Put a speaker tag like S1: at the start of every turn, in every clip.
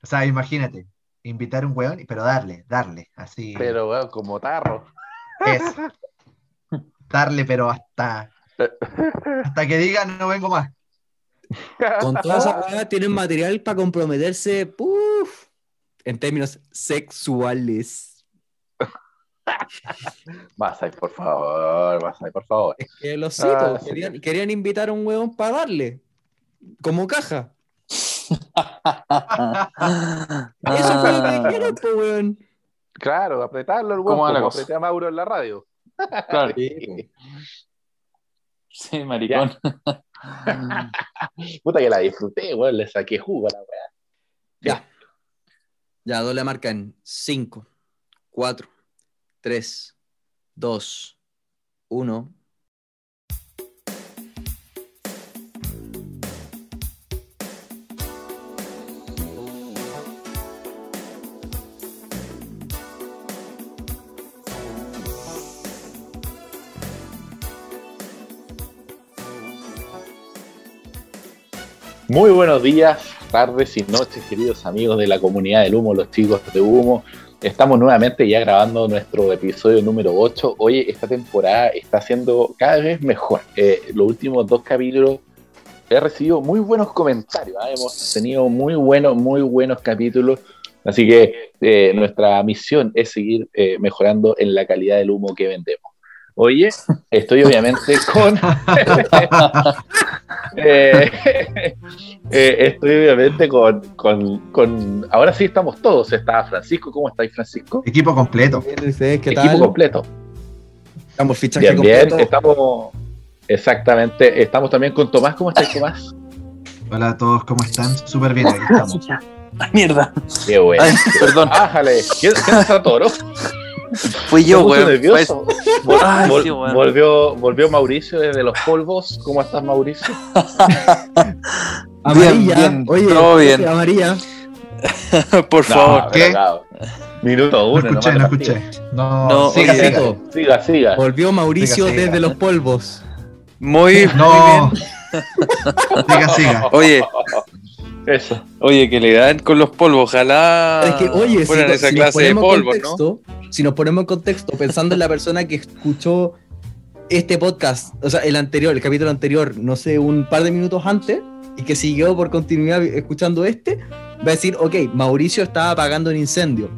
S1: O sea, imagínate, invitar a un weón, pero darle, darle, así.
S2: Pero, weón, como tarro.
S1: Eso. Darle, pero hasta. Hasta que digan no vengo más.
S3: Con todas esas cosas tienen material para comprometerse, puff, en términos sexuales.
S2: Masai, por favor, Masai, por favor.
S3: Es que los cito,
S2: Ah, sí.
S3: querían, querían invitar a un huevón para darle, como caja. Eso fue lo
S4: Ah,
S3: que dijeron, pues, huevón.
S2: Claro, apretarlo el weón,
S4: ¿Cómo va la
S2: como
S4: cosa?
S2: apreté a Mauro en la radio.
S4: Claro. Sí, maricón.
S2: Puta que la disfruté, weón, le saqué jugo a la weá.
S3: Ya. Ya, doble marca en 5, 4, 3, 2, 1.
S2: Muy buenos días, tardes y noches, queridos amigos de la comunidad del humo, los chicos de humo. Estamos nuevamente ya grabando nuestro episodio número 8. Oye, esta temporada está siendo cada vez mejor. Eh, los últimos dos capítulos he recibido muy buenos comentarios. ¿ah? Hemos tenido muy buenos, muy buenos capítulos. Así que eh, nuestra misión es seguir eh, mejorando en la calidad del humo que vendemos. Oye, estoy obviamente con... Eh, eh, estoy obviamente con, con- con- Ahora sí estamos todos. Está Francisco. ¿Cómo estáis, Francisco?
S1: Equipo completo.
S3: ¿Qué
S2: Equipo
S3: tal?
S2: completo.
S3: Estamos fichaje
S2: Bien, bien.
S3: completo.
S2: Estamos. Exactamente. Estamos también con Tomás. ¿Cómo estáis, Tomás?
S1: Hola a todos, ¿cómo están? Súper bien, aquí estamos.
S4: Ah, Mierda.
S2: Qué bueno.
S4: Ay, perdón,
S2: Ájale. ¿Quién quién se atoró?
S4: fui yo,
S2: Se puso
S4: weón.
S2: nervioso.
S4: Pues, ay,
S2: Vol-
S4: sí, weón.
S2: volvió, volvió Mauricio desde los polvos. ¿Cómo estás, Mauricio?
S3: Amarilla.
S4: bien,
S3: Oye,
S4: todo bien.
S3: amarilla.
S4: Pues, Por favor.
S2: No,
S1: ¿qué?
S2: pero claro. Minuto
S1: No
S2: uno.
S1: escuché, no
S2: nomás,
S1: escuché. No,
S4: No,
S1: siga,
S4: oye,
S1: siga.
S3: Cito,
S2: Siga, siga.
S3: Volvió Mauricio
S1: Siga, siga.
S3: desde los polvos.
S4: Muy, muy
S1: No.
S4: bien.
S1: Siga, siga.
S4: Oye,
S2: Eso.
S4: oye, que le dan con los polvos. Ojalá
S3: es que, oye, si,
S4: fueran
S3: no-
S4: esa
S3: si nos
S4: clase de
S3: ponemos
S4: polvos,
S3: en contexto, si nos ponemos en contexto, pensando en la persona que escuchó este podcast, o sea, el anterior, el capítulo anterior, no sé, un par de minutos antes, y que siguió por continuidad escuchando este, va a decir, ok, Mauricio estaba apagando un incendio.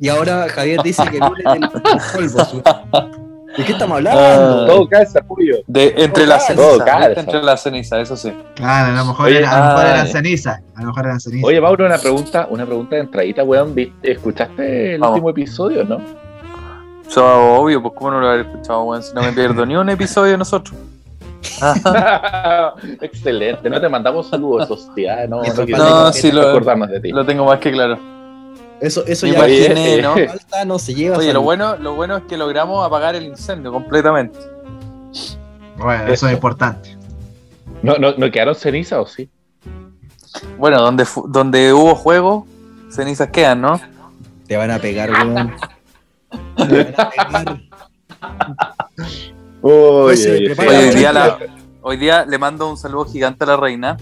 S3: Y ahora Javier dice que viene de los polvos. weón. ¿De qué estamos hablando?
S4: Ah.
S2: Todo calza, Julio.
S4: ¿no? De, entre las
S3: calza,
S4: cenizas.
S2: todo calza.
S4: ¿viste? Entre las cenizas, eso sí.
S1: Claro, a lo mejor,
S2: Oye,
S1: era, a lo mejor
S4: ah,
S1: eran
S4: ya.
S1: cenizas. A lo mejor eran cenizas.
S2: Oye, Mauro, una pregunta, una pregunta de entradita, weón. ¿Viste- ¿Escuchaste el
S4: Vamos.
S2: último episodio, no?
S4: Eso obvio, pues cómo no lo habré escuchado, weón. Si no me pierdo ni un episodio de nosotros. Ah.
S2: Excelente. No te mandamos saludos, hostia. No,
S3: Eso
S2: no,
S3: pasa.
S2: no
S4: No, sí, lo-
S2: acordarnos de ti.
S4: Lo tengo más que claro.
S3: Eso, eso
S4: Me
S3: ya
S2: Oye,
S4: imaginé, ¿no?
S2: eh,
S3: falta, no se lleva.
S4: Oye,
S3: salud.
S4: lo bueno, lo bueno es que logramos apagar el incendio completamente.
S1: Bueno,
S2: eh,
S1: eso es importante.
S2: No, no, ¿No quedaron cenizas o sí?
S4: Bueno, donde, fu- donde hubo juego, cenizas quedan, ¿no?
S3: Te van a pegar, weón. Te van a pegar. José,
S2: oye,
S3: prepara
S4: Oye,
S3: la
S4: hoy, día
S3: chanta.
S4: la- hoy día le mando un saludo gigante a la reina.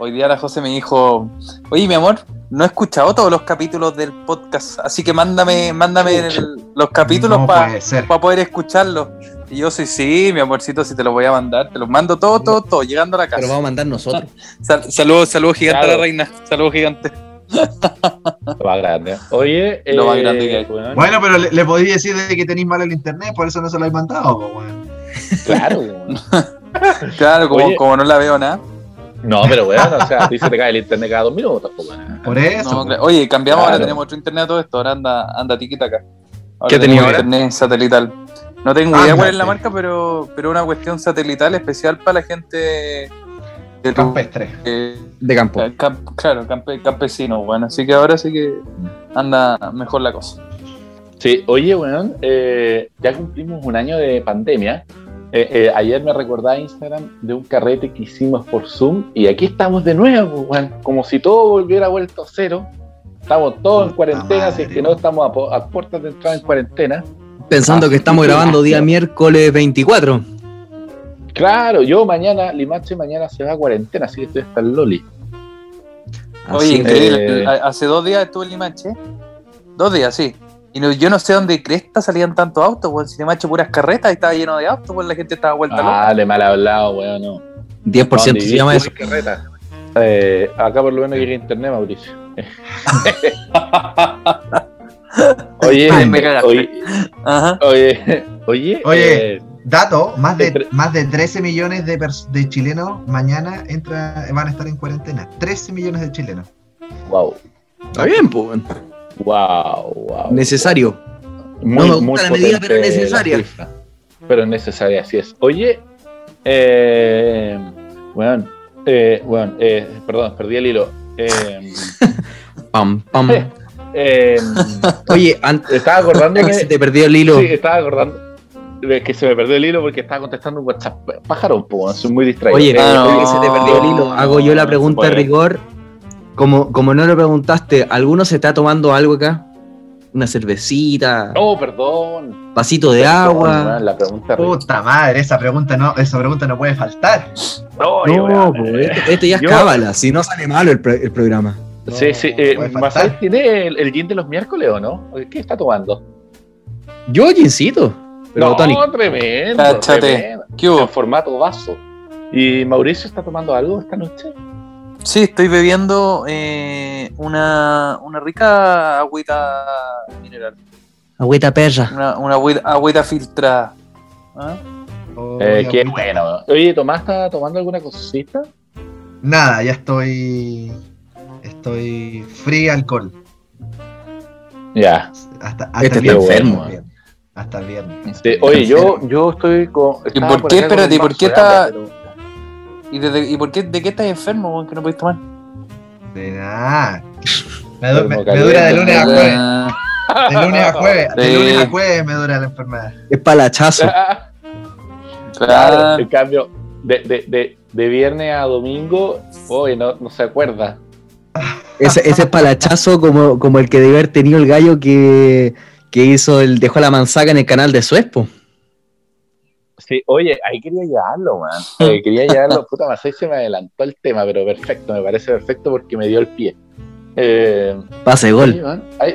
S4: Hoy día la José me dijo, oye mi amor, no he escuchado todos los capítulos del podcast, así que mándame, mándame el- los capítulos
S1: no
S4: para
S1: puede ser.
S4: poder escucharlos. Y yo sí, sí, mi amorcito, sí te los voy a mandar, te los mando todo, todo, todo, llegando a la
S3: Pero
S4: casa.
S3: vamos a mandar nosotros.
S4: Sal- saludo, saludo gigante a
S2: Claro.
S4: la reina, saludo gigante.
S2: Lo más grande. Oye, eh,
S4: Lo más grande que hay.
S2: weón,
S1: Bueno, pero le, le podéis decir de que tenéis mal el internet, por eso no se lo habéis mandado. po, weón.
S2: Claro, weón.
S4: Claro, como,
S2: Oye.
S4: como no la veo nada.
S2: No, pero weón, o sea, a ti se te cae el internet cada dos minutos, pues, weón.
S1: Por eso.
S4: No,
S1: po.
S4: cla- Oye, cambiamos,
S2: pues. Claro.
S4: ahora tenemos otro internet a todo esto, ahora anda, anda tiquita acá.
S2: ¿Qué
S4: tenemos
S2: tenía ahora?
S4: internet satelital. No tengo idea
S1: Ándate.
S4: cuál es la marca, pero, pero una cuestión satelital especial para la gente de
S1: Campestre.
S4: eh,
S3: De campo.
S4: camp- claro, campe- campesino, bueno, así que ahora sí que anda mejor la cosa.
S2: Sí, oye, weón, eh, ya cumplimos un año de pandemia. Eh, eh, ayer me recordaba Instagram de un carrete que hicimos por Zoom y aquí estamos de nuevo, pues, weón. Como si todo volviera vuelto a cero. Estamos todos en
S1: Puta
S2: cuarentena, si es
S1: madre,
S2: que no
S1: weón.
S2: estamos a, po- a puertas de entrar en cuarentena.
S3: Pensando que estamos grabando día miércoles 24.
S2: Claro, yo mañana, Limache mañana se va a cuarentena, así que estoy hasta el Loli.
S4: Oye,
S3: Así que-
S4: increíble.
S2: Eh.
S4: A- Hace dos días estuve en Limache. Dos días, sí. Y no- yo no sé dónde cresta salían tantos autos, weón. Si Limache puras carretas y estaba lleno de autos, weón. La gente estaba vuelta loca.
S2: Ah, de mal hablado, weón, no.
S3: 10%
S2: ¿Dónde
S3: se
S2: vivís?
S3: llama
S2: ¿Tú
S3: eso.
S2: en carreta? Eh, acá por lo menos llega internet, Mauricio. oye,
S4: Ay, me cagaste.
S2: oye,
S4: Ajá.
S2: oye, eh, oye,
S1: Oye.
S2: eh,
S1: Dato, más de,
S2: Entre-
S1: más de 13 millones de, pers- de chilenos mañana entra, van a estar en cuarentena. 13 millones de chilenos.
S2: wow,
S3: Está bien, pues. bueno.
S2: wow, wow.
S3: Necesario.
S2: Muy,
S3: me gusta la medida,
S2: potente
S3: pero es necesaria.
S2: la cifra. Pero es necesaria, así es. Oye, eh, weón, eh, weón, eh, perdón, perdí el hilo. Eh,
S3: Pam, pam.
S2: eh,
S3: Oye, antes
S2: estaba acordándome.
S3: se te perdió el hilo.
S2: Sí, estaba acordando. de que se me perdió el hilo porque estaba contestando un WhatsApp. Pájaro, po, soy muy distraído.
S3: Oye,
S2: Eh,
S4: Ah, no.
S3: oye, se te perdió el hilo. Hago yo la
S2: no
S3: pregunta
S2: se
S3: de
S2: puede.
S3: rigor. Como, como no lo preguntaste, ¿alguno se está tomando algo acá? Una cervecita,
S2: Oh, perdón.
S3: vasito de agua.
S2: Perdón, La pregunta.
S1: Puta madre, esa pregunta no, esa pregunta no puede faltar.
S2: No, yo,
S3: No, pues.
S2: weón,
S3: po,
S2: eh,
S3: esto, esto Este ya es
S2: yo-
S3: cábala, si no sale malo el, pro- el programa.
S2: Sí, sí. Eh,
S1: puede faltar.
S2: Masai tiene el, el gin de los miércoles o no? ¿Qué está tomando?
S3: Yo, gincito, pero
S2: no,
S3: tónico.
S2: tremendo.
S4: Cáchate.
S2: tremendo.
S4: ¿Qué
S2: En
S4: hubo?
S2: formato vaso. ¿Y Mauricio está tomando algo esta noche?
S4: Sí, estoy bebiendo eh, una, una rica agüita mineral.
S3: Agüita perra.
S4: Una, una agüita, agüita filtrada. ¿Ah?
S1: Oh,
S2: Eh,
S1: ya,
S2: qué
S1: puta.
S2: bueno. weón. Oye, Tomás está tomando alguna cosita.
S1: Nada, ya estoy. Estoy free alcohol.
S2: Ya.
S1: Hasta, hasta
S3: Este
S1: el
S3: está
S1: viernes.
S2: enfermo,
S1: Hasta el viernes. Hasta el viernes.
S2: Sí, oye, yo, yo estoy con.
S4: ¿Y
S2: estaba
S4: por qué?
S2: acá con un
S4: Espérate, ¿y por qué
S2: vaso de agua,
S4: está-
S2: pero-
S4: ¿Y, desde- y por qué, de qué estás enfermo, weón, que no podéis tomar?
S1: De nada. Me, du- me-
S2: Termo
S1: me dura de
S2: caliente,
S1: lunes a jueves.
S4: Ah,
S1: De lunes a jueves. De
S4: Sí.
S1: lunes a jueves me dura la enfermedad.
S3: Es palachazo.
S2: Claro,
S4: claro.
S2: en cambio, de, de, de, de viernes a domingo, hoy no, no se acuerda.
S3: Ese, ese es palachazo como, como el que debe haber tenido el gallo que, que hizo el dejó la manzaca en el canal de Suespo.
S2: Sí, oye, ahí quería llevarlo, man. Eh, quería llevarlo, puta, Masai se me adelantó el tema, pero perfecto, me parece perfecto porque me dio el pie. Eh,
S3: Pase
S2: sí,
S3: gol.
S2: man, ahí,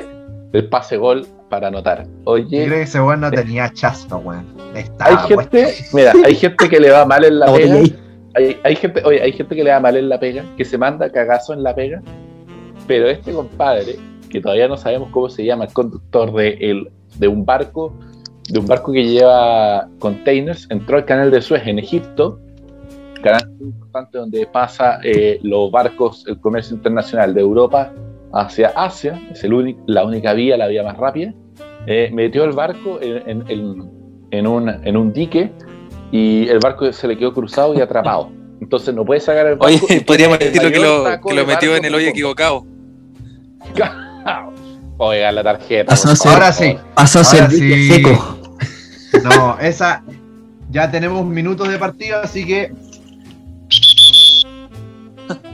S2: el pase gol para anotar.
S1: Yo creo
S2: Oye,
S1: que ese weón no tenía chazo, weón.
S2: hay
S1: Estaba
S2: gente, mira, hay gente que le va mal en la
S3: La botella
S2: pega.
S3: ahí.
S2: Hay, hay gente, oye, hay gente que le da mal en la pega, que se manda cagazo en la pega, pero este compadre, que todavía no sabemos cómo se llama, el conductor de, el, de un barco, de un barco que lleva containers, entró al canal de Suez en Egipto, canal muy importante donde pasa eh, los barcos, el comercio internacional de Europa hacia Asia, es el único- la única vía, la vía más rápida, eh, metió el barco en, en- en- en un, en un dique y el barco se le quedó cruzado y atrapado. Entonces no puede sacar el barco.
S4: Oye, podríamos
S2: El
S4: decirlo que
S2: mayor
S4: lo,
S2: taco
S4: que lo
S2: de
S4: metió
S2: barco
S4: en el
S2: que
S4: hoyo
S2: encontró.
S4: equivocado.
S2: Oiga, la tarjeta.
S3: Pasó a
S2: por
S3: ser-
S2: favor.
S1: Ahora sí.
S3: Pasó a
S1: Ahora
S3: ser
S1: sí.
S3: seco.
S1: No, esa. Ya tenemos minutos de partido, así que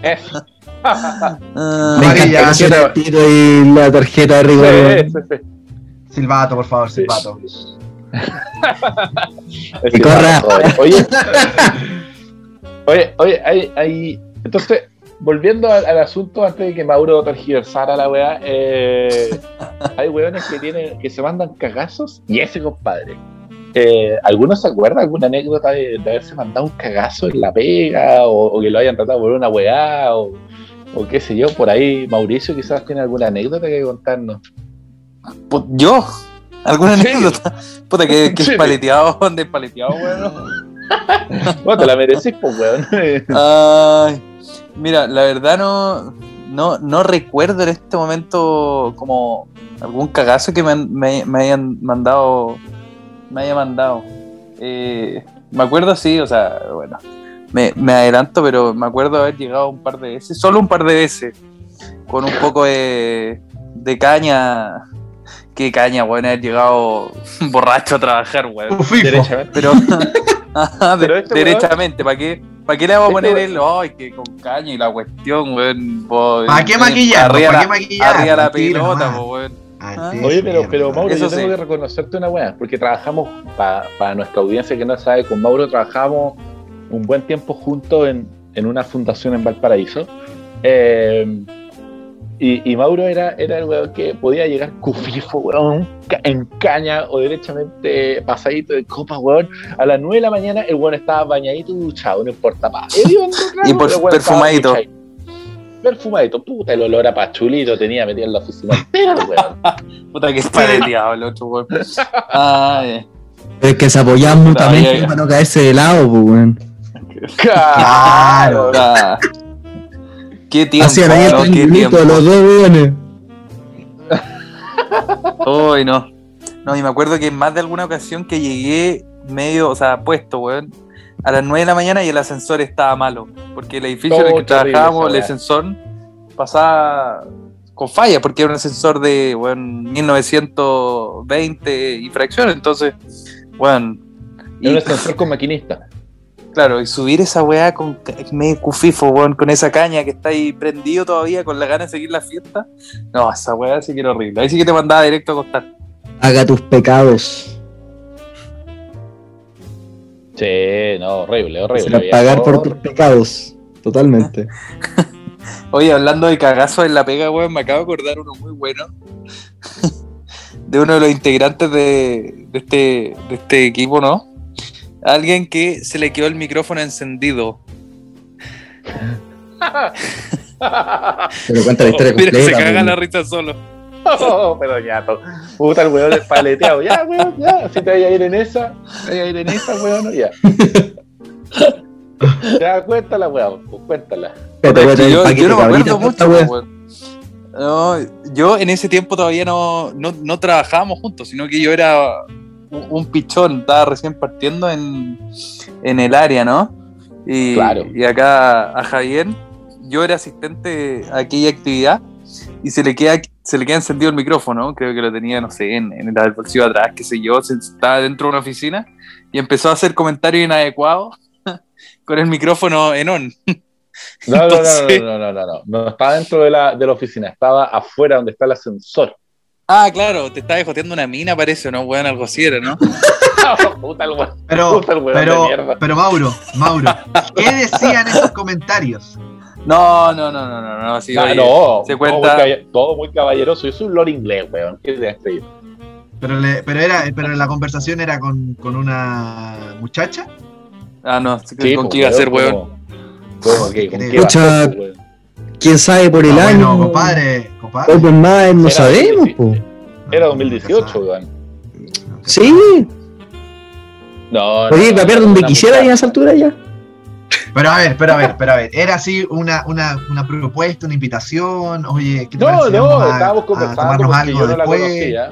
S2: Eso. Eh. Ah.
S3: Me
S4: Ah,
S1: Amarilla,
S3: encanta que suene el tiro y la tarjeta de rigor.
S2: Sí, sí,
S1: silbato, por favor,
S2: sí.
S1: silbato.
S2: Es
S3: Que
S2: que
S3: corra.
S2: vamos, Oye, oye, oye, hay, hay- Entonces, volviendo al, al asunto antes de que Mauro tergiversara la weá, eh, hay weones que tienen, que se mandan cagazos y ese compadre. Eh, ¿Alguno se acuerda alguna anécdota de, de haberse mandado un cagazo en la pega o, o que lo hayan tratado por una weá o, o qué sé yo? Por ahí, Mauricio quizás tiene alguna anécdota que contarnos.
S4: Pu- ¿Yo? ¿Alguna
S2: ¿En serio?
S4: anécdota? Puta, que, que
S2: ¿En serio?
S4: paleteado, ¿dónde paleteado, weón?
S2: Bueno, te la mereces, pues, weón.
S4: Ay, mira, la verdad no, no, no recuerdo en este momento como algún cagazo que me, han- me- me hayan mandado. Me haya mandado. Eh, me acuerdo, sí, o sea, bueno, me, me adelanto, pero me acuerdo haber llegado un par de veces, solo un par de veces, con un poco de, de caña. Qué caña, weón, haber llegado borracho a trabajar, weón.
S1: Ufifo.
S2: Derechamente.
S4: Pero, Ajá,
S2: Pero
S4: de-
S2: este weón-
S4: derechamente, ¿para qué? ¿Para qué le vamos a
S2: Este
S4: poner
S2: weón-
S4: el ay que con caña y la cuestión, weón? po,
S1: ¿Para qué
S4: eh,
S1: maquillar?
S4: Arriba
S1: ¿Para qué
S4: la,
S1: maquillar?
S4: arriba la
S1: Mentira
S4: pelota,
S1: nomás.
S4: po, weón.
S1: Ah, sí,
S2: Oye,
S1: sí,
S2: pero,
S1: mierda.
S2: pero Mauro,
S4: Eso
S2: yo tengo
S4: sí.
S2: que reconocerte una weá, porque trabajamos, para nuestra audiencia que no sabe, con Mauro trabajamos un buen tiempo juntos en, en una fundación en Valparaíso. Eh, Y, y Mauro era, era el weón que podía llegar cufifo, weón, ca- en caña o derechamente pasadito de copa, weón. A las 9 de la mañana el weón estaba bañadito y duchado, no importa más.
S4: Y por- perfumadito.
S2: Perfumadito, puta, el olor a pachulito tenía metido en la oficina entera, weón.
S4: Puta que está del diablo, otro weón. Ah, ya.
S3: Es que se apoyaban mutuamente
S4: Ah, ya, ya.
S3: para no caerse de lado, pues, weón.
S1: Claro.
S4: Ah. Qué tiempo,
S3: Hacían ahí el
S4: ¿no? Qué tiempo.
S3: triangulito, los dos weones.
S4: Ay, no. No, y me acuerdo que en más de alguna ocasión que llegué medio, o sea, puesto, weón, a las 9 de la mañana y el ascensor estaba malo. Porque el edificio en el
S2: Oh,
S4: que
S2: terrible
S4: trabajábamos,
S2: esa
S4: el
S2: weá.
S4: ascensor pasaba con falla, porque era un ascensor de, weón, 1920 y fracción. Entonces, weón. y-
S2: Era un ascensor con maquinista.
S4: Claro, y subir esa weá con ca- medio cufifo, weón, con esa caña que está ahí prendido todavía con la gana de seguir la fiesta. No, esa weá sí que era horrible. Ahí sí que te mandaba directo a acostar.
S3: Haga tus pecados.
S2: Sí, no, horrible, horrible.
S3: Será
S2: viejo.
S3: pagar por tus pecados. Totalmente.
S4: Oye, hablando de cagazos en la pega, weón, me acabo de acordar uno muy bueno. de uno de los integrantes de, de este, de este equipo, ¿no? Alguien que se le quedó el micrófono encendido.
S3: Pero cuenta la historia
S4: Mira,
S3: completa.
S4: se caga
S3: weón.
S4: la risa solo.
S2: Oh, pero ya, to- puta, el weón es paleteado. Ya, weón, ya. Si te vayas a ir en esa, te vayas a ir en esa, weón, ya. Ya, cuéntala, weón, pues, cuéntala.
S3: Espérate, voy a
S4: Es que
S3: traer el
S4: yo,
S3: paquete,
S4: yo no me
S3: cabrita,
S4: acuerdo
S3: esta
S4: mucho,
S3: weá.
S4: weón. No, yo en ese tiempo todavía no, no, no trabajábamos juntos, sino que yo era un, un pichón, estaba recién partiendo en, en el área, ¿no? Y,
S2: Claro.
S4: y acá a Javier, yo era asistente a aquella actividad y se le queda se le queda encendido el micrófono, creo que lo tenía, no sé, en, en el bolsillo de atrás, qué sé yo, se- estaba dentro de una oficina y empezó a hacer comentarios inadecuados con el micrófono en on.
S2: No, no,
S4: Entonces-
S2: no, no, no, no, no, no. No estaba dentro de la, de la oficina, estaba afuera donde está el ascensor.
S4: Ah, claro, te estaba dejoteando una mina, parece, ¿o ¿no? Weón, algo así era, ¿no?
S2: Oh, puta, el weón.
S1: Pero,
S2: Puta, el weón de
S1: pero,
S2: mierda.
S1: pero Mauro, Mauro, ¿qué decían esos comentarios?
S4: No, no, no, no, no, no, sí,
S2: Ah, No, no,
S4: oye, se
S2: todo
S4: cuenta-
S2: muy caballer- todo muy caballeroso. Yo soy un lord inglés, weón. ¿Qué te has creído?
S1: Pero, le- pero, era, pero la conversación era con, con una muchacha.
S4: Ah, no,
S2: Sí,
S4: ¿con
S2: pues,
S4: qué iba a ser,
S2: como-
S4: weón?
S2: como que- con qué
S1: Pucha.
S2: bajó, pues, weón.
S3: ¿Quién sabe por el
S1: Ah,
S3: año?
S1: bueno, compadre, compadre.
S3: Open Mind, Pues, no
S2: Era
S3: sabemos,
S2: 2017.
S3: po.
S1: Nunca
S2: Era 2018,
S1: sabe,
S2: weón.
S1: nunca
S3: Sí,
S2: No,
S3: podía ir
S2: no,
S3: a ver
S2: no,
S3: donde
S2: una
S3: quisiera
S2: muchacha.
S3: y a esa altura ya.
S1: Pero a ver, pero a ver, pero a ver. ¿Era así una, una, una propuesta, una invitación? Oye, ¿qué te
S2: No,
S1: parece si
S2: no,
S1: vamos a-
S2: estábamos
S1: a
S2: conversando
S1: tomarnos
S2: porque
S1: algo
S2: yo no la
S1: después?
S2: conocía.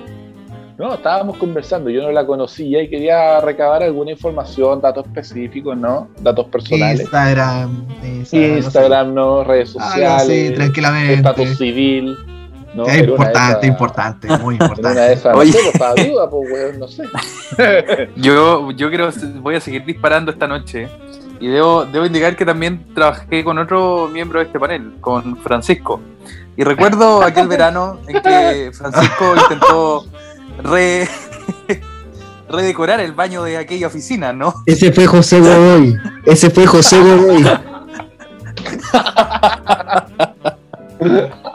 S2: No, estábamos conversando, yo no la conocía y quería recabar alguna información, datos específicos, ¿no? Datos personales.
S1: Instagram, Instagram. no sé. Ah,
S2: Instagram, ¿no? Redes
S1: Algo así,
S2: sociales, estatus
S1: tranquilamente.
S2: civil, ¿no?
S1: Es
S2: Era una de
S1: importante,
S2: esas-
S1: importante, muy
S2: era una de
S1: importante.
S2: esas, no
S4: Oye.
S2: sé, pues, estaba viuda, pues, weón, no sé.
S4: Yo, yo creo que voy a seguir disparando esta noche. Y debo, debo indicar que también trabajé con otro miembro de este panel, con Francisco. Y recuerdo aquel verano en que Francisco intentó re- redecorar el baño de aquella oficina, ¿no?
S3: Ese fue José Godoy. Ese fue José Godoy.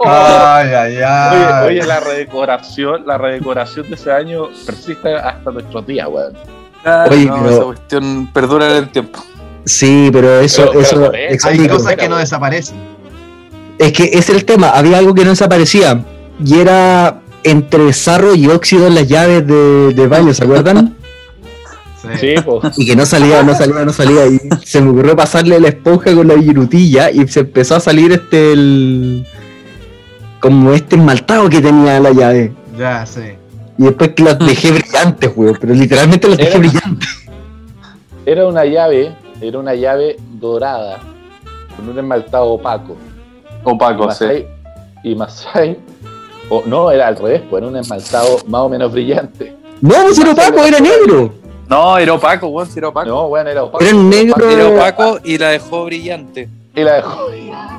S1: Ay, ay, ay.
S2: Oye, oye, la redecoración, la redecoración de ese año persiste hasta nuestros días, weón.
S4: Claro,
S3: Oye,
S4: no,
S3: pero-
S4: esa cuestión perdura en el tiempo.
S3: Sí, pero eso,
S2: Pero-
S3: eso,
S2: pero,
S1: Hay
S3: exótico.
S1: cosas que no desaparecen.
S3: Es que ese es el tema, había algo que no desaparecía. Y era entre sarro y óxido en las llaves de, de baño, ¿se acuerdan?
S1: Sí.
S2: Sí, pues.
S3: Y que no salía, no salía, no salía. Y se me ocurrió pasarle la esponja con la virutilla y se empezó a salir este el. como este esmaltado que tenía la llave.
S1: Ya, sí.
S3: Y después que las dejé brillantes, weón. Pero literalmente las dejé
S2: Era-
S3: brillantes.
S2: Era una llave, era una llave dorada, con un esmaltado opaco.
S4: Opaco, Ah, pues sí.
S2: Masai- y Masai, o no, era al revés, pues era un esmaltado más o menos brillante.
S3: No, no era opaco, era negro.
S4: No, era opaco, weón, sí era opaco.
S2: No, bueno, era opaco.
S3: Era un negro.
S4: Era
S2: Eh,
S4: opaco y la dejó brillante.
S2: Y la dejó,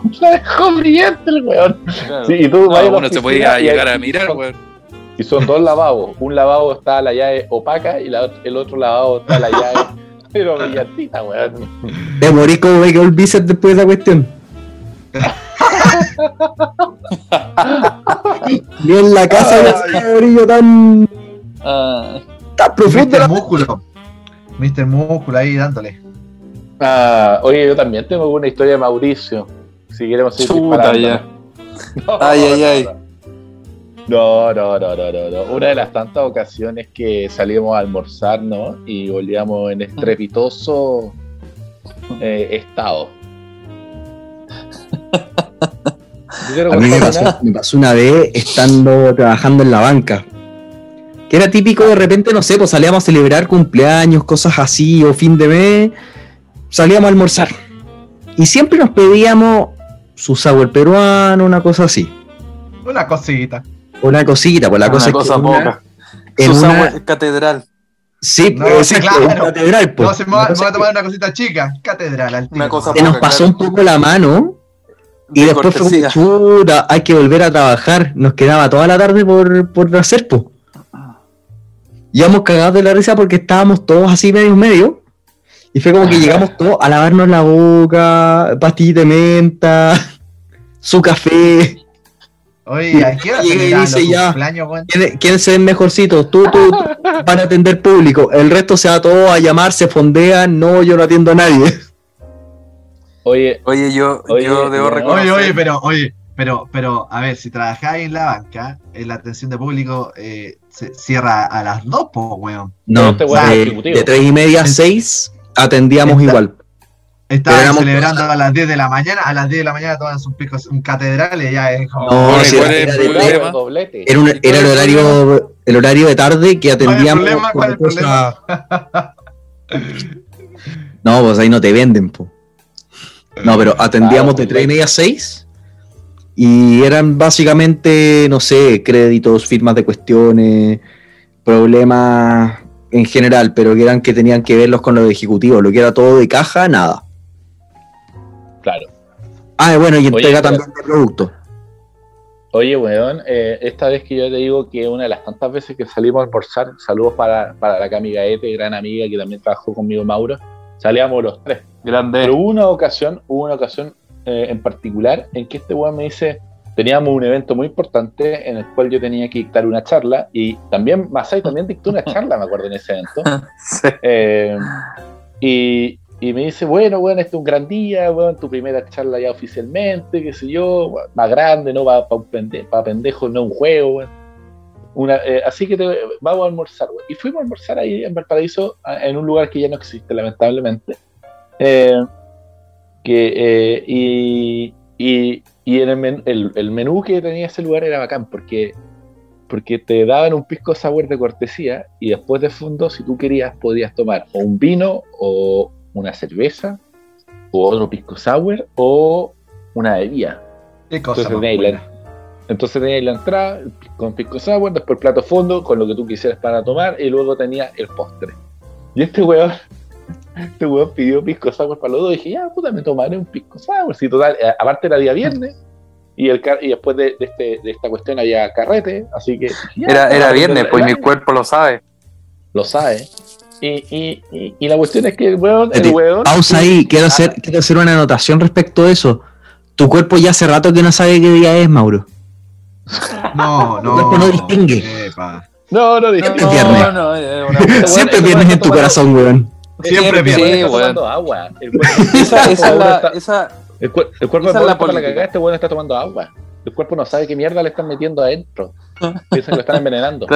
S2: la dejó brillante el weón. Sí, y tú
S4: No,
S2: vas a la
S4: Ah, uno se
S2: oficina
S4: podía
S2: y-
S4: llegar a
S2: y
S4: mirar,
S2: son-
S4: weón.
S2: Y son dos lavabos. Un lavabo está la llave opaca y la ot- el otro lavabo está la llave. Pero brillantita, weón.
S3: Te morí como me quedó el bíceps después de esa cuestión. Ni en la casa había ese brillo tan,
S4: Ah,
S3: tan profundo.
S1: Mr. Músculo. Mr. Músculo ahí dándole.
S2: Ah, oye, yo también tengo una historia de Mauricio. Si queremos ir
S4: Chuta,
S2: No,
S4: Ay, ay, ay.
S2: No, no, no, no, no, no. Una de las tantas ocasiones que salíamos a almorzar, ¿no? Y volvíamos en estrepitoso eh, estado. Yo creo
S3: A mí me
S2: fue
S3: pasó,
S2: una-
S3: me pasó una vez estando trabajando en la banca. Que era típico de repente, no sé, pues salíamos a celebrar cumpleaños, cosas así, o fin de mes. Salíamos a almorzar. Y siempre nos pedíamos su sabor peruano, una cosa así.
S1: Una cosita.
S3: Una cosita, pues la cosa es
S4: una
S3: que
S4: cosa
S3: en una-
S4: poca.
S3: en
S4: Su
S3: una-
S4: sabor catedral.
S3: Sí,
S1: No,
S3: pues,
S1: sí,
S3: exacto,
S1: claro.
S3: en catedral, pues.
S1: No, se me va,
S3: La
S1: me
S3: cosa
S1: voy a
S3: es
S1: tomar una cosita chica. Catedral. al tiro.
S4: Una cosa
S3: que Se nos pasó un poco la mano y
S4: De
S3: después fue como,
S4: cortesía.
S3: chuta, hay que volver a trabajar. Nos quedaba toda la tarde por, por hacer, po. Íbamos cagados de la risa porque estábamos todos así medio medio. Y fue como que llegamos todos a lavarnos la boca, pastillita de menta, su café.
S1: Oye, ¿a qué hora
S3: Llega y
S1: celebran
S3: dice
S1: los
S3: ya.
S1: cumpleaños, weón?
S3: ¿Quién, quién se ve mejorcito? Tú, tú, tú, para atender público. El resto se va todo a llamar, se fondean. No, yo no atiendo a nadie.
S2: Oye,
S4: Oye, yo,
S2: Oye,
S4: yo debo
S2: no.
S4: reconocer.
S1: Oye, oye, pero, oye, pero, pero, a ver, si trabajáis en la banca, en la atención de público eh, se cierra a las dos, po, weón.
S2: No, este weón es
S3: de,
S2: ejecutivo.
S3: Eh, de tres y media a seis atendíamos
S1: Está-
S3: igual.
S1: Estaban
S3: éramos-
S1: celebrando a las 10 de la mañana, a las 10 de la mañana toman sus picos, un catedral y ya es como.
S3: No,
S5: Oye,
S3: sí,
S5: ¿cuál
S3: era,
S5: es el
S3: de-
S5: problema?
S2: doblete.
S3: era un-
S5: ¿Y cuál
S3: era el
S5: es el
S3: horario el horario de tarde que
S1: ¿Cuál es el
S3: atendíamos.
S1: problema? ¿Cuál es el
S3: por
S1: problema?
S3: cosa- No, pues ahí no te venden, po.
S1: Eh,
S3: No, pero atendíamos de
S2: Claro,
S3: 3 y media a 6 y eran básicamente, no sé, créditos, firmas de cuestiones, problemas en general, pero que eran que tenían que verlos con los ejecutivos, lo que era todo de caja, nada.
S2: Claro.
S3: Ah, y bueno, y entrega
S2: pero-
S3: también de producto.
S2: Oye, weón, eh, esta vez que yo te digo que una de las tantas veces que salimos a almorzar, saludos para, para la Cami Gaete, gran amiga que también trabajó conmigo, Mauro, salíamos los tres. Pero
S4: Grande.
S2: hubo una ocasión, hubo una ocasión eh, en particular en que este weón me dice, teníamos un evento muy importante en el cual yo tenía que dictar una charla y también Masai también dictó una charla, me acuerdo, en ese evento.
S4: Sí.
S2: Eh, y, y me dice, bueno, bueno, este es un gran día, bueno, tu primera charla ya oficialmente, qué sé yo, bueno, más grande, no para pa un pende- pa pendejo, no un juego, bueno. Una, eh, así que te- vamos a almorzar, bueno. Y fuimos a almorzar ahí en Valparaíso, a- en un lugar que ya no existe, lamentablemente. Eh, que, eh, y, y- y en el, men- el- el menú que tenía ese lugar era bacán, porque porque te daban un pisco sour de cortesía y después de fondo, si tú querías, podías tomar o un vino o una cerveza o otro pisco sour o una bebida.
S1: Qué cosa.
S2: Entonces
S1: más
S2: tenías,
S1: buena.
S2: la, entonces tenías la entrada con pisco sour, después plato fondo con lo que tú quisieras para tomar y luego tenías el postre. Y este weón, este weón pidió pisco sour para los dos. Y dije, ya, puta, me tomaré un pisco sour. Sí, total, eh, aparte era día viernes y, el, car- y después de, de este- de esta cuestión había carrete, así que... ya,
S4: Era, era
S2: estaba
S4: viernes,
S2: comiendo
S4: pues mi
S2: helado
S4: cuerpo lo sabe.
S2: lo sabe. Y, y, y, y la cuestión es que el weón, el
S3: Espérate,
S2: weón.
S4: Ah.
S3: Pausa ahí, quiero hacer, quiero hacer una anotación respecto a eso. Tu cuerpo ya hace rato que no sabe qué día es, Mauro.
S1: No,
S3: Tu cuerpo
S1: no.
S3: no distingue.
S1: Epa.
S2: No, no, dije.
S3: Es viernes.
S4: No, no, era una-
S3: Siempre
S2: eso
S3: vienes
S2: me
S3: en tu
S2: tocó-
S3: corazón, weón.
S1: Siempre
S2: el
S1: pierde.
S2: weón está
S4: Sí, weón.
S2: tomando agua. El cuerpo,
S4: Esa, esa es la,
S2: está-
S4: esa,
S2: el cuer- el cuerpo
S4: esa
S2: de
S4: es
S2: Pablo está para la
S4: la política.
S2: cagada, este weón está tomando agua. El cuerpo no sabe qué mierda le están metiendo adentro. Piensan que lo están envenenando.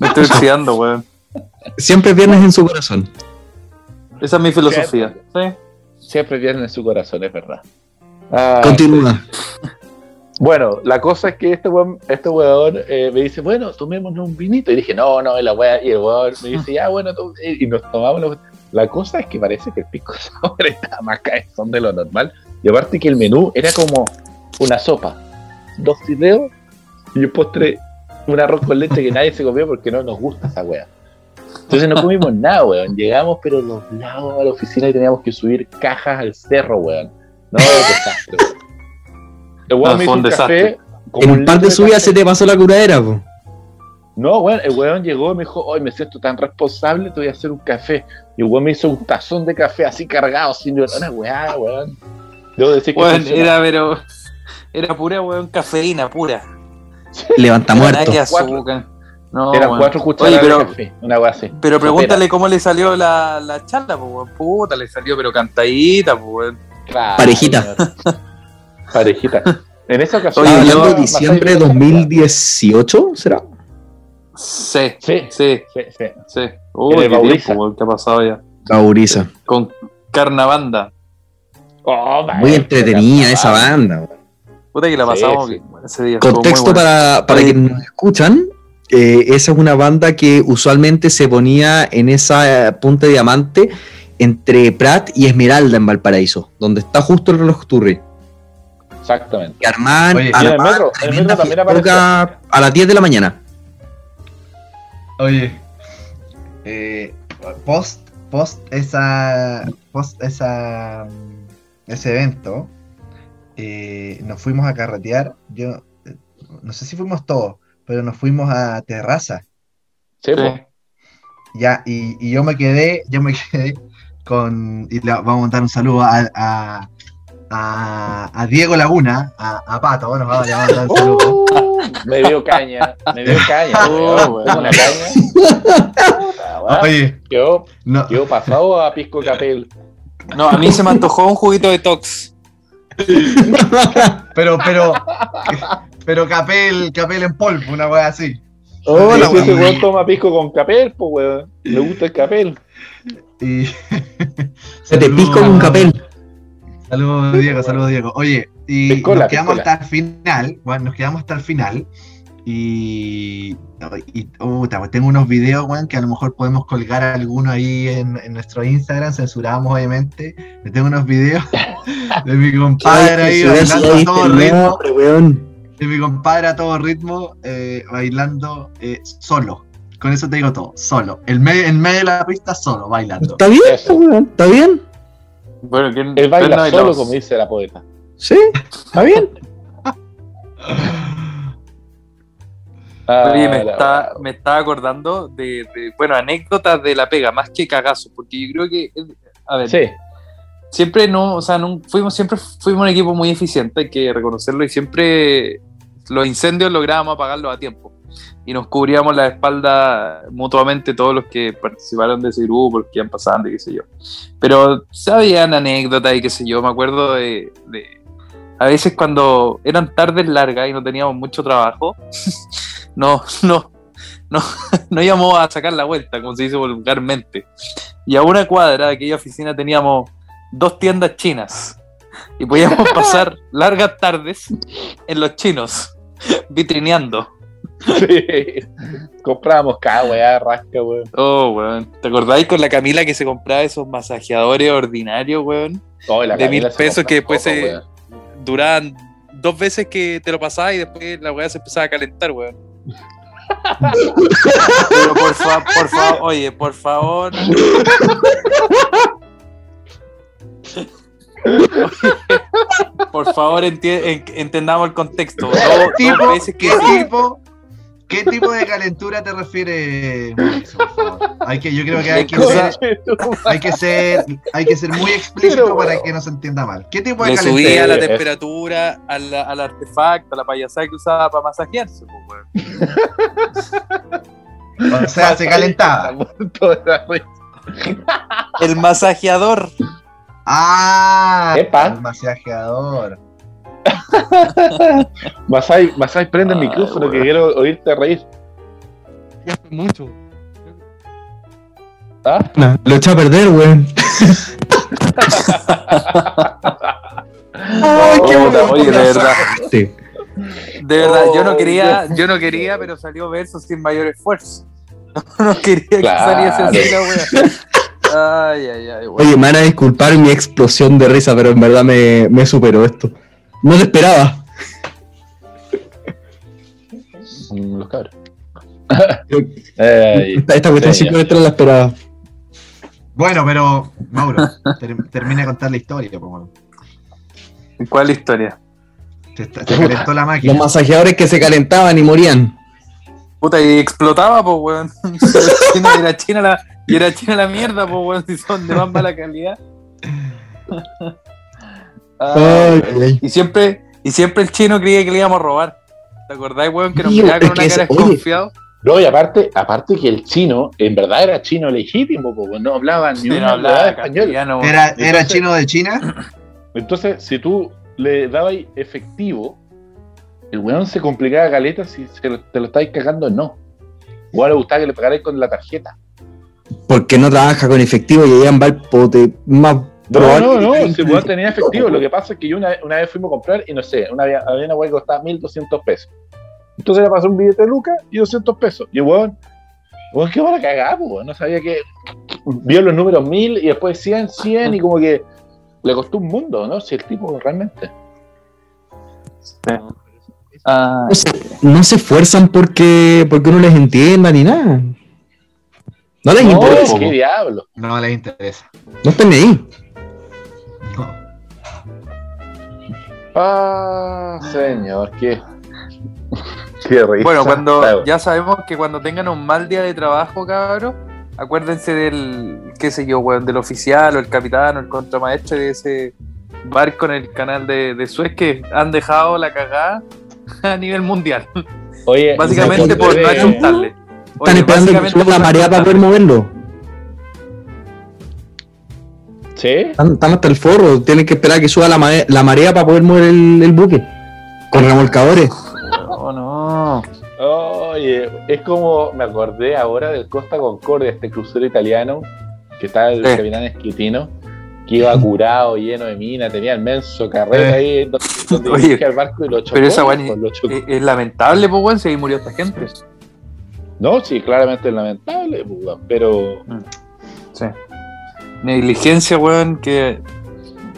S4: me estoy oxidando, weón.
S3: Siempre vienes en su corazón.
S4: Esa es mi filosofía. Sí.
S2: Siempre pierden en su corazón, es verdad. Ah,
S3: Continúa.
S2: Bueno, la cosa es que este weón, este weón eh, me dice, bueno, tomémonos un vinito. Y dije, no, no, es la weá. Y el weón me dice, ya, bueno, to- y y nos tomamos la La cosa es que parece que el pico sour estaba más caezón de lo normal. Y aparte que el menú era como una sopa, dos fideos y un postre, un arroz con leche que nadie se comió porque no nos gusta esa weá. Entonces no comimos nada, weón. Llegamos pero doblados a la oficina y teníamos que subir cajas al cerro, weón. No, desastre. weón. El weón
S4: Ah,
S2: me
S4: fue
S2: hizo
S4: un
S2: un café.
S4: desastre.
S2: como este.
S3: En
S2: un
S3: un par de
S2: litro
S3: subidas
S2: café.
S3: se te pasó la curadera, po.
S2: No, weón, el weón llegó y me dijo, hoy me siento tan responsable, te voy a hacer un café. Y el weón me hizo un tazón de café así cargado, sin una weá, weón. Debo decir que
S4: Weón,
S2: funcionó.
S4: era, pero. Era pura, weón, cafeína, pura.
S3: Levanta muerto.
S4: Era
S2: Cuatro.
S4: azúcar. No,
S2: Eran
S4: weón.
S2: cuatro cucharas
S4: Oye, pero-
S2: de café, una weá así.
S4: Pero pregúntale cómo le salió la, la charla, po, weón. Puta, le salió, pero cantadita, po, weón.
S2: Claro,
S3: Parejita.
S2: señor. Parejita. En esa ocasión.
S4: Oye,
S3: Hablando
S4: yo-
S3: de diciembre 2018, ¿será?
S4: Sí,
S2: Sí,
S4: sí,
S2: sí, sí.
S4: sí. Uy,
S2: En el
S4: qué
S2: Bauriza.
S4: tiempo, weón, que ha pasado ya.
S3: Cauriza.
S4: Con Carnavanda.
S2: Oh, maestro,
S3: Muy entretenida esa
S2: carnaval.
S3: banda. weón.
S4: Puta que la
S2: Sí,
S4: pasamos
S2: sí.
S4: bien, weón, ese día. estuvo muy
S3: Contexto
S4: bueno.
S3: para, para
S4: Oye.
S3: quienes nos escuchan. eh, esa es una banda que usualmente se ponía en esa eh, punta de diamante entre Prat y Esmeralda en Valparaíso, donde está justo el reloj Turri.
S2: Exactamente.
S3: Que armaban,
S1: Oye, y en
S2: Y en el
S3: armaban
S2: metro, en el
S3: tremenda
S2: metro también
S3: fiesta
S2: apareció.
S3: a las 10 de la mañana.
S1: Oye, eh, post, post esa, post esa, mm, ese evento, eh, nos fuimos a carretear. Yo eh, no sé si fuimos todos, pero nos fuimos a terraza.
S2: Sí, po.
S4: Sí.
S1: Ya, y, y yo me quedé, yo me quedé con, y le vamos a mandar un saludo a, a, a- a Diego Laguna, a, a Pato, bueno, vamos a le vamos a mandar un saludo.
S2: Uh, me dio caña, me dio caña.
S4: Oh,
S2: weón.
S4: weón.
S2: Tengo una caña. Puta, weón.
S1: Oye,
S2: Yo,
S1: no,
S2: yo pasado a pisco capel.
S4: No, a mí se me antojó un juguito de Tox.
S1: pero, pero, pero Capel, Capel en polvo, una wea así.
S2: Oh,
S1: Hola,
S2: si ese
S1: weón.
S2: weón toma pisco con capel, pues weón. Le gusta el capel.
S1: Y
S3: Se te
S1: Saludos.
S3: pisco con un capel.
S1: Saludos Diego, saludos Diego. Oye, y
S2: Piscola,
S1: nos quedamos
S2: piscola.
S1: hasta el final, bueno, nos quedamos hasta el final y, y- puta, pues, tengo unos videos, weón, que a lo mejor podemos colgar alguno ahí en, en nuestro Instagram, censuramos obviamente. Yo tengo unos videos de mi compadre ahí
S3: Ay, si
S1: bailando a
S3: hubiese
S1: todo
S3: visto el
S1: ritmo,
S3: nombre, weón.
S1: de mi compadre a todo ritmo, eh, bailando eh, solo. Con eso te digo todo, solo. En medio, en medio de la pista, solo, bailando.
S3: Está bien, pues,
S2: Eso.
S3: weón, está bien.
S4: Bueno, ¿quién,
S2: Él baila
S4: quién no
S2: solo,
S4: bailó?
S2: como dice la poeta.
S3: Sí, está bien.
S2: Ah,
S4: Oye, me,
S2: la
S4: está,
S2: weón.
S4: me estaba acordando de, de, bueno, anécdotas de la pega, más que cagazos, porque yo creo que, a ver,
S2: Sí,
S4: siempre no, o sea, no, fuimos, siempre fuimos un equipo muy eficiente, hay que reconocerlo, y siempre los incendios lográbamos apagarlos a tiempo. Y nos cubríamos la espalda mutuamente todos los que participaron de ese grupo, los que iban pasando y qué sé yo. Pero sabían anécdotas y qué sé yo, me acuerdo de, de- a veces cuando eran tardes largas y no teníamos mucho trabajo, no, no, no, no íbamos a sacar la vuelta, como se dice vulgarmente. Y a una cuadra de aquella oficina teníamos dos tiendas chinas y podíamos pasar largas tardes en los chinos vitrineando.
S2: sí. Comprábamos cada weá, rasca, weón.
S4: Oh, weón. ¿Te acordáis con la Camila que se compraba esos masajeadores ordinarios, weón?
S2: Oh, la
S4: De
S2: Camila
S4: mil
S2: se
S4: pesos
S2: compra
S4: que después
S2: poco,
S4: se-
S2: weón.
S4: Duraban dos veces que te lo pasabas y después la weá se empezaba a calentar, weón. Pero por favor, por favor, oye, por favor. Oye, por favor, enti- en- entendamos el contexto. Dos, dos
S1: tipo,
S4: veces que
S1: ¿qué, tipo, ¿Qué tipo de calentura te refieres, Mauricio, por favor? Hay que, yo creo que hay que, ser, hay que ser, hay que ser muy explícito
S2: Pero,
S1: para
S2: bueno.
S1: que no se entienda mal. ¿Qué tipo de
S4: Le
S1: calentura?
S4: subía la
S2: Sí, es-
S4: temperatura al, al artefacto, a la payasada que usaba para masajearse. po, weón.
S1: O sea, se calentaba.
S2: Muerto de la risa.
S4: El masajeador.
S1: Ah,
S2: Epa.
S1: el masajeador.
S2: Masai, Masai, prende el
S4: Ay,
S2: micrófono que
S4: Ah, weón.
S2: quiero oírte reír.
S3: Mucho.
S2: ¿Ah?
S3: Lo echa a perder, weón. Ay,
S2: qué bonito.
S4: oye, de verdad.
S3: Sí.
S4: De verdad, yo no
S2: Oh,
S4: quería,
S2: Dios.
S4: yo no quería, pero salió verso sin mayor esfuerzo. No, no quería
S2: Claro.
S4: que saliese así la wea. Ay, ay, ay, weón.
S3: Oye, me van a disculpar mi explosión de risa, pero en verdad me, me superó esto. No lo esperaba.
S2: Mm, Los cabros. Ay,
S3: Esta, esta cuestión
S2: sí,
S3: simplemente no la esperaba.
S1: Bueno, pero, Mauro, ter- termina de contar la historia, por favor.
S4: ¿Cuál historia?
S1: Se, está- se calentó la
S3: Los
S1: máquina.
S3: masajeadores que se calentaban y morían.
S4: Puta, y explotaba, pues, weón. Era china- Era china la, y era china la mierda, pues, weón, si son de más mala calidad. Ay,
S3: Ay, ay, ay.
S4: Ah,
S2: Ah,
S4: Y siempre, y Y siempre el chino creía que le íbamos a robar. ¿Te acordás, weón? Que nos
S3: Tío,
S4: miraba
S3: es
S4: con
S3: que
S4: una
S3: es-
S4: cara
S3: oye.
S4: desconfiado.
S2: No, y aparte, aparte que el chino, en verdad era chino legítimo, porque no hablaba ni
S4: Pero
S2: una
S4: hablaba
S2: palabra español.
S4: castellano, weón.
S1: ¿Era, era
S2: Entonces-
S1: chino de China?
S2: Entonces, si tú le dabas efectivo, el weón se complicaba caleta si se lo- te lo estáis cagando no. Igual le gustaba que le pagarais con la tarjeta.
S3: Porque no trabaja con efectivo y allá en Valpo te más
S2: No,
S3: probable
S2: no, no,
S3: que
S2: si el weón tenía efectivo. Lo que pasa es que yo una, una vez fuimos a comprar y no sé, una, había había una weá que costaba 1200 pesos. Entonces le pasó un billete de lucas y 200 pesos. Y el weón, weón, qué buena cagada, po, weón. No sabía que. Vio los números 1000 y después 100, 100 y como que le costó un mundo, ¿no? Si el tipo realmente.
S4: Ah,
S3: no se, no se esfuerzan porque, porque uno les entienda ni nada. No les
S2: No,
S3: interesa,
S2: qué diablo.
S1: No les interesa.
S3: no están ahí.
S1: No.
S2: Ah, señor, qué. Qué risa.
S4: Bueno, cuando
S2: Claro.
S4: ya sabemos que cuando tengan un mal día de trabajo, cabros, acuérdense del, qué sé yo, weón, del oficial o el capitán o el contramaestre de ese barco en el canal de, de Suez que han dejado la cagada a nivel mundial.
S2: Oye,
S4: Básicamente
S2: cuando
S4: por no
S2: ve-
S4: achuntarle.
S3: Están
S4: Oye,
S3: esperando que
S4: básicamente
S3: suba
S4: por
S3: la
S4: no
S3: marea para
S4: achuntarle.
S3: poder moverlo.
S2: ¿Sí?
S3: Están, están hasta el forro, tienen que esperar a que suba la, mare- la marea para poder mover el, el buque. Con remolcadores.
S4: Oh, no.
S2: Oye, es como me acordé ahora del Costa Concordia, este crucero italiano, que estaba el
S4: Sí.
S2: capitán Esquitino, que iba curado, lleno de mina, tenía el menso carrete
S1: Eh.
S2: ahí donde, donde
S4: Oye,
S2: dirigía el barco y lo chocó.
S4: esa eh. guay ni-
S2: pues, lo chocó.
S4: Es, es lamentable, pues, weón, si ahí murió esta gente.
S2: No, sí, claramente es lamentable, pues, weón, pero
S4: Sí. Negligencia, weón, que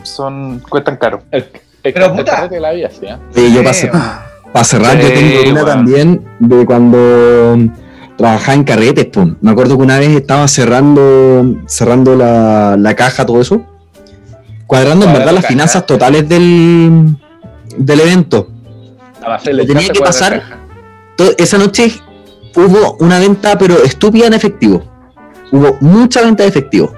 S4: son cuestan caro.
S2: el, el-
S1: Pero,
S2: el
S1: puta.
S2: carrete de la vida, sí, ¿eh?
S3: Y yo pasé.
S1: Ah,
S3: Para cerrar, yo
S4: Sí,
S3: tengo una
S4: weón.
S3: también de cuando trabajaba en carretes, pum. Me acuerdo que una vez estaba cerrando, cerrando la, la caja, todo eso. Cuadrando en
S2: Cuadrando
S3: verdad las
S2: caja.
S3: finanzas totales del, del evento.
S2: Nada más le
S3: Tenía
S2: echaste
S3: que
S2: cuadra
S3: pasar-
S2: de caja.
S3: To- esa noche hubo una venta, pero estúpida en efectivo. Hubo mucha venta de efectivo.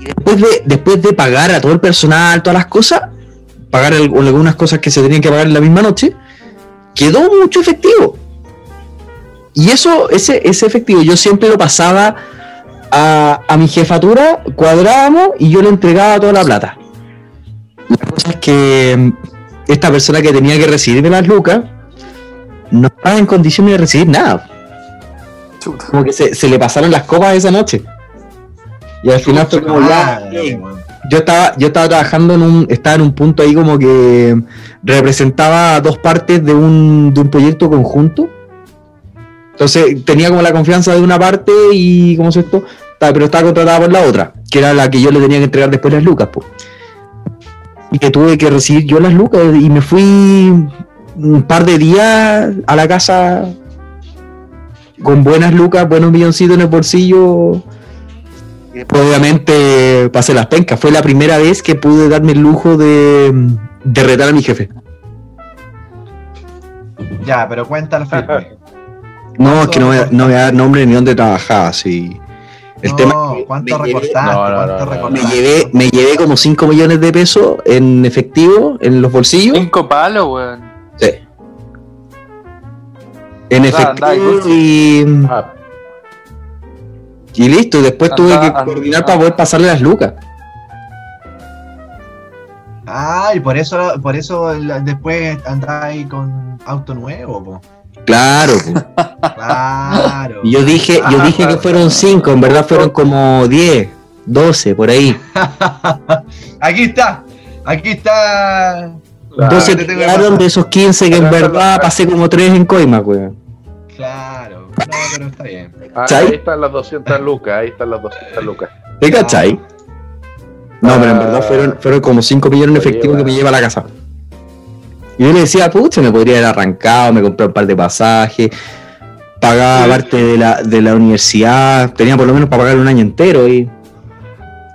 S3: Y después de, después de pagar a todo el personal, todas las cosas, pagar al- algunas cosas que se tenían que pagar en la misma noche, quedó mucho efectivo. Y eso, ese, ese efectivo, yo siempre lo pasaba a, a mi jefatura, cuadrábamos y yo le entregaba toda la plata. La cosa es que mm, esta persona que tenía que recibir las lucas, no estaba en condiciones de recibir nada.
S4: Chuta.
S3: Como que se, se le pasaron las copas esa noche. Y al final fue como ya.
S1: Madre, weón.
S3: Yo estaba, yo estaba trabajando en un. Estaba en un punto ahí como que representaba dos partes de un, de un proyecto conjunto. Entonces tenía como la confianza de una parte y. ¿Cómo se esto? Ta- Pero estaba contratada por la otra, que era la que yo le tenía que entregar después las lucas, po. Y que tuve que recibir yo las lucas y me fui un par de días a la casa con buenas lucas, buenos milloncitos en el bolsillo. Y después, Obviamente pasé las pencas. Fue la primera vez que pude darme el lujo de, de retar a mi jefe.
S1: Ya, pero cuéntalo firme.
S3: No, es que no voy, a, no voy a dar nombre ni dónde trabajaba. Sí. El
S1: no,
S3: tema es que
S1: ¿cuánto
S3: me llevé,
S1: recortaste?
S2: No, no,
S1: ¿Cuánto
S2: no, no, no.
S3: me,
S1: recortaste?
S3: llevé, me llevé como 5 millones de pesos en efectivo, en los bolsillos.
S4: Cinco palos, weón.
S3: Sí. En
S4: Andá, andá,
S3: efectivo
S4: Gucci.
S3: y,
S2: Ah,
S3: y listo. Y después
S4: Andá,
S3: tuve que
S4: andá.
S3: coordinar para poder pasarle las lucas.
S1: Ah, y por eso, por eso la- después andás ahí con auto nuevo, po.
S3: Claro. po.
S1: Claro.
S3: Y Yo dije, yo dije que fueron 5, en verdad fueron como 10, 12, por ahí.
S1: aquí está. Aquí está.
S2: claro.
S1: Entonces-
S3: Entonces
S1: te tengo que
S3: quedaron
S1: pasar.
S3: de esos 15 que en verdad pasé como 3 en coima, weón.
S1: Claro. No, pero está bien.
S2: Ah,
S3: ¿Cachai?
S2: ahí están las 200 lucas, ahí están las 200 lucas.
S3: ¿Te cachai? No, pero en verdad fueron, fueron como 5 millones en efectivo que me lleva a la casa. Y yo le decía, pucha, me podría haber arrancado, me compré un par de pasajes, pagaba parte de la, de la universidad, tenía por lo menos para pagar un año entero y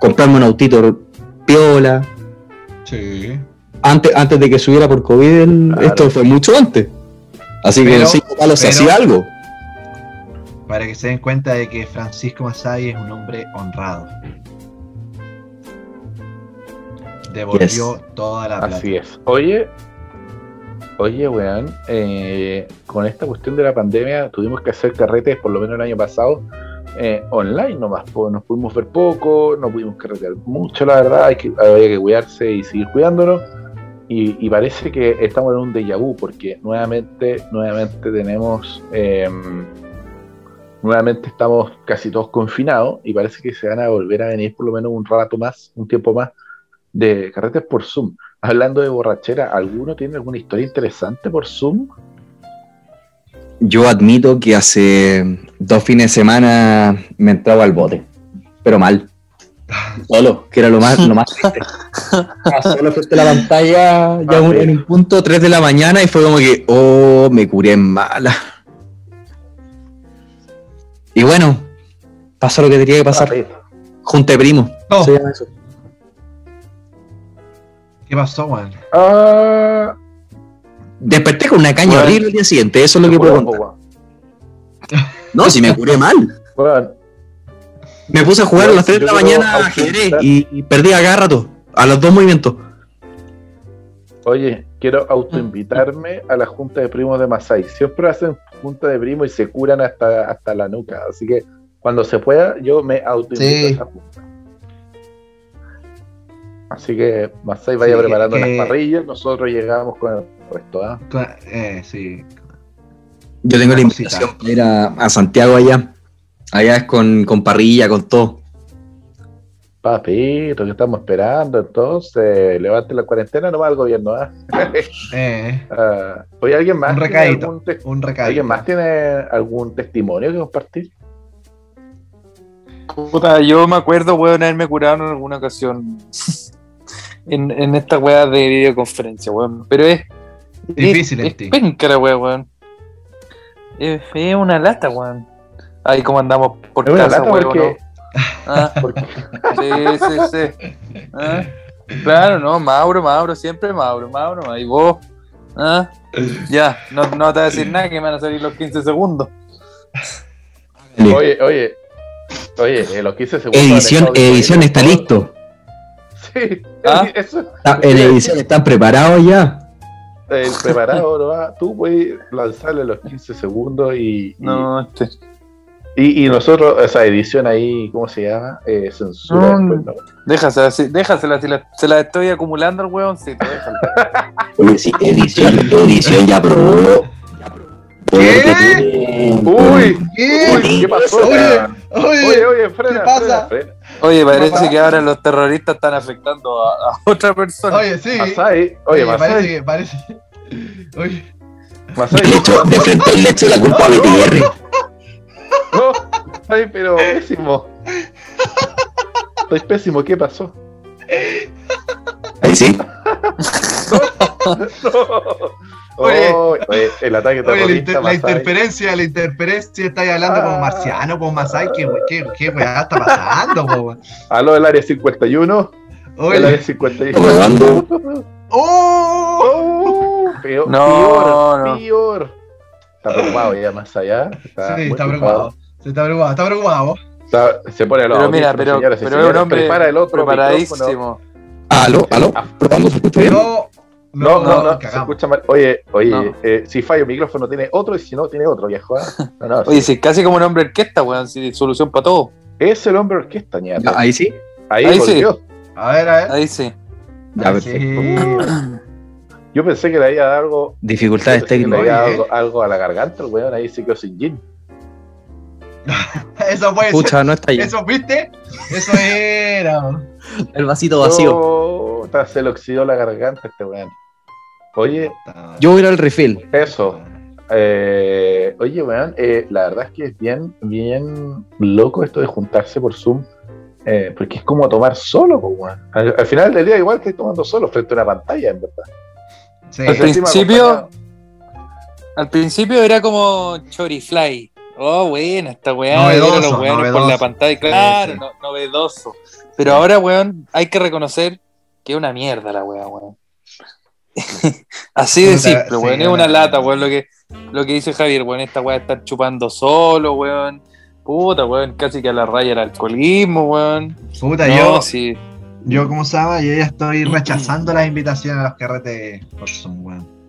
S3: comprarme un autito piola.
S1: Sí.
S3: antes, antes de que subiera por COVID, el-
S2: Claro.
S3: esto fue mucho antes. Así que
S1: Pero-
S3: en cinco palos se
S1: pero-
S3: hacía algo.
S1: Para que se den cuenta de que Francisco Masay es un hombre honrado. Devolvió toda la plata.
S2: Así es. Oye, Oye, weón, eh, con esta cuestión de la pandemia tuvimos que hacer carretes, por lo menos el año pasado, eh, online nomás. po. Nos pudimos ver poco, no pudimos carretear mucho, la verdad. Hay que, había que cuidarse y seguir cuidándonos. Y, y parece que estamos en un déjà vu, porque nuevamente, nuevamente tenemos. em, nuevamente estamos casi todos confinados y parece que se van a volver a venir por lo menos un rato más, un tiempo más, de carretes por Zoom. Hablando de borrachera, ¿alguno tiene alguna historia interesante por Zoom?
S3: Yo admito que hace dos fines de semana me entraba al bote, pero mal. Solo, que era lo más, lo más triste. Estaba Solo frente a la pantalla,
S2: Ah,
S3: ya un- en un punto 3 de la mañana, y fue como que, oh, me curé en mala. Y bueno, pasó lo que tenía que pasar. Junte primo.
S1: No.
S3: Se llama eso.
S1: ¿Qué pasó, weón?
S2: Ah,
S3: Desperté con una caña
S2: Bueno.
S3: horrible el día siguiente, eso es lo que puedo
S2: weón,
S3: contar.
S2: weón.
S3: No, si me curé mal.
S2: pues, Weón,
S3: Me puse a jugar a las 3 de la
S2: Yo creo
S3: mañana a
S2: ausentar-
S3: ajedrez y, y perdí a cada rato, a los dos movimientos.
S2: Oye, quiero autoinvitarme a la junta de primos de Masai. Siempre hacen junta de primos y se curan hasta, hasta la nuca. Así que cuando se pueda, yo me autoinvito
S1: Sí.
S2: a esa junta. Así que Masai vaya
S1: Sí,
S2: preparando
S1: que-
S2: las parrillas. Nosotros llegamos con el resto. ¿ah?
S1: Con- Eh, sí.
S3: Yo tengo la
S1: Una cosita.
S3: invitación para ir a, a Santiago allá. Allá es con, con parrilla, con todo.
S2: Papito, que estamos esperando. Entonces, levante la cuarentena nomás al gobierno. ¿ah?
S1: Eh,
S2: Ah, Oye, ¿alguien más?
S1: Un
S2: tiene
S1: recadito.
S2: algún tes-
S1: un recadito.
S2: ¿Alguien más tiene algún testimonio que compartir?
S4: Puta, yo me acuerdo, weón, haberme curado en alguna ocasión. en, en esta weá de videoconferencia, weón. Pero es.
S1: Difícil
S4: es,
S1: en
S4: es
S1: ti.
S4: penca la weá, weón. Es, es una lata, weón. Ahí como andamos por
S2: Es una
S4: casa,
S2: lata
S4: weón.
S2: porque-
S4: ¿no? Ah,
S2: Porque
S4: sí, sí, sí. Ah, Claro, no, Mauro, Mauro, siempre Mauro, Mauro, y vos. Ah, Ya, no, no te voy a decir nada que me van a salir los 15 segundos.
S2: Oye, oye, oye, eh, los 15 segundos.
S3: Edición,
S2: han dejado
S3: edición
S2: disponible
S3: está
S2: todo. Sí,
S3: listo.
S4: Ah.
S2: eso.
S3: Está- en edición están preparados ya.
S2: El preparado, ¿no? Ah, Tú puedes lanzarle los 15 segundos y, y-
S4: No, este.
S2: y, y nosotros, esa edición ahí, ¿cómo se llama? Eh, censura.
S4: No,
S2: después, ¿no?
S4: Déjasela, así, déjasela, si la, se la estoy acumulando al weoncito, déjala.
S5: Oye, sí, edición, edición ya probó. ¿Qué?
S2: Uy,
S1: ¿Qué?
S2: uy, ¿qué pasó?
S1: Oye,
S2: Oye,
S1: Oye,
S2: oye,
S1: ¿qué
S2: frena,
S1: pasa?
S2: frena, frena.
S4: Oye, parece
S1: Papá.
S4: que ahora los terroristas están afectando a, a otra persona.
S1: oye, sí.
S2: Masai, oye,
S1: Oye,
S2: Masai,
S1: parece que parece. Oye,
S2: Masai,
S5: Le echó- de frente le echó la culpa a BTR.
S2: no, Masai, pero pésimo. Estoy pésimo, ¿qué pasó?
S5: Ahí sí.
S2: No.
S1: Oye.
S2: Oh, oye, el ataque
S1: oye, la,
S2: terrorista
S1: inter- la
S2: Masai.
S1: interferencia, la interferencia, estáis hablando como
S2: Ah.
S1: marciano, como Masai, qué we- qué, qué weá está pasando, po, weón?
S2: Aló del área 51. El área
S1: Oye,
S2: 51.
S5: Rodando.
S1: ¡oh!
S2: Oh, peor,
S4: No,
S2: peor,
S4: no.
S2: peor. Está preocupado ya más allá.
S1: Sí,
S2: Ah, muy
S1: está preocupado. Se está preocupado, está preocupado.
S2: Está- se pone los
S4: Pero mira,
S2: audífonos, señoras
S4: pero,
S2: y
S4: pero es un
S2: señores.
S4: hombre
S2: prepara el otro micrófono.
S4: preparadísimo.
S5: Aló, aló. Ah, Probando su
S1: No,
S2: No, no, no, se
S1: cagamos.
S2: escucha mal. Oye, oye,
S4: No.
S2: eh, si falla el micrófono tiene otro y si no tiene otro, viejo. ¿eh? No, no,
S4: Oye,
S2: sí.
S4: si es casi como un hombre orquesta, weón, si solución para todo.
S2: es el hombre orquesta, ñato.
S3: Ya, Ah, Ahí sí.
S2: Ahí,
S4: ahí sí.
S2: volvió. Uh.
S1: A ver, a ver.
S4: Ahí sí.
S3: Ya,
S1: Sí.
S2: Yo pensé que le había dado algo, yo
S3: Dificultades
S2: pensé que le
S3: técnicas.
S2: había dado
S1: Oye.
S2: algo, algo a la garganta, el weón ahí se quedó sin gin.
S1: Eso fue eso.
S3: Pucha, no está ahí.
S1: Eso, ¿viste? Eso era. weón.
S3: El vasito vacío.
S2: Oh, ta, se le oxidó la garganta este weón. Oye,
S3: Yo voy a ir al refill.
S2: eso. Eh, oye, weón, eh, la verdad es que es bien, bien loco esto de juntarse por Zoom, eh, porque es como tomar solo, pues, weón. Al, al final del día igual estoy tomando solo frente a una pantalla, en verdad.
S1: Sí.
S4: Al
S2: Entonces, encima
S4: principio-
S2: acompañado-
S4: Al principio era como Chorifly. Oh, buena esta weá.
S1: Novedoso,
S4: era los weones
S1: novedoso.
S4: por la pantalla. Claro,
S1: Sí, sí.
S4: no- novedoso. Pero ahora, weón, hay que reconocer que es una mierda la weá, weón. Así de
S1: Puta,
S4: simple,
S1: sí,
S4: weón. Es
S1: es
S4: una
S1: una
S4: lata,
S1: mierda.
S4: weón. Lo que, lo que dice Javier, weón. Esta weá está chupando solo, weón. Puta, weón. Casi que a la raya el alcoholismo, weón.
S1: Puta, yo,
S4: No, sí.
S1: yo como se llama, yo ya estoy rechazando las invitaciones a los carretes por Zoom, weón.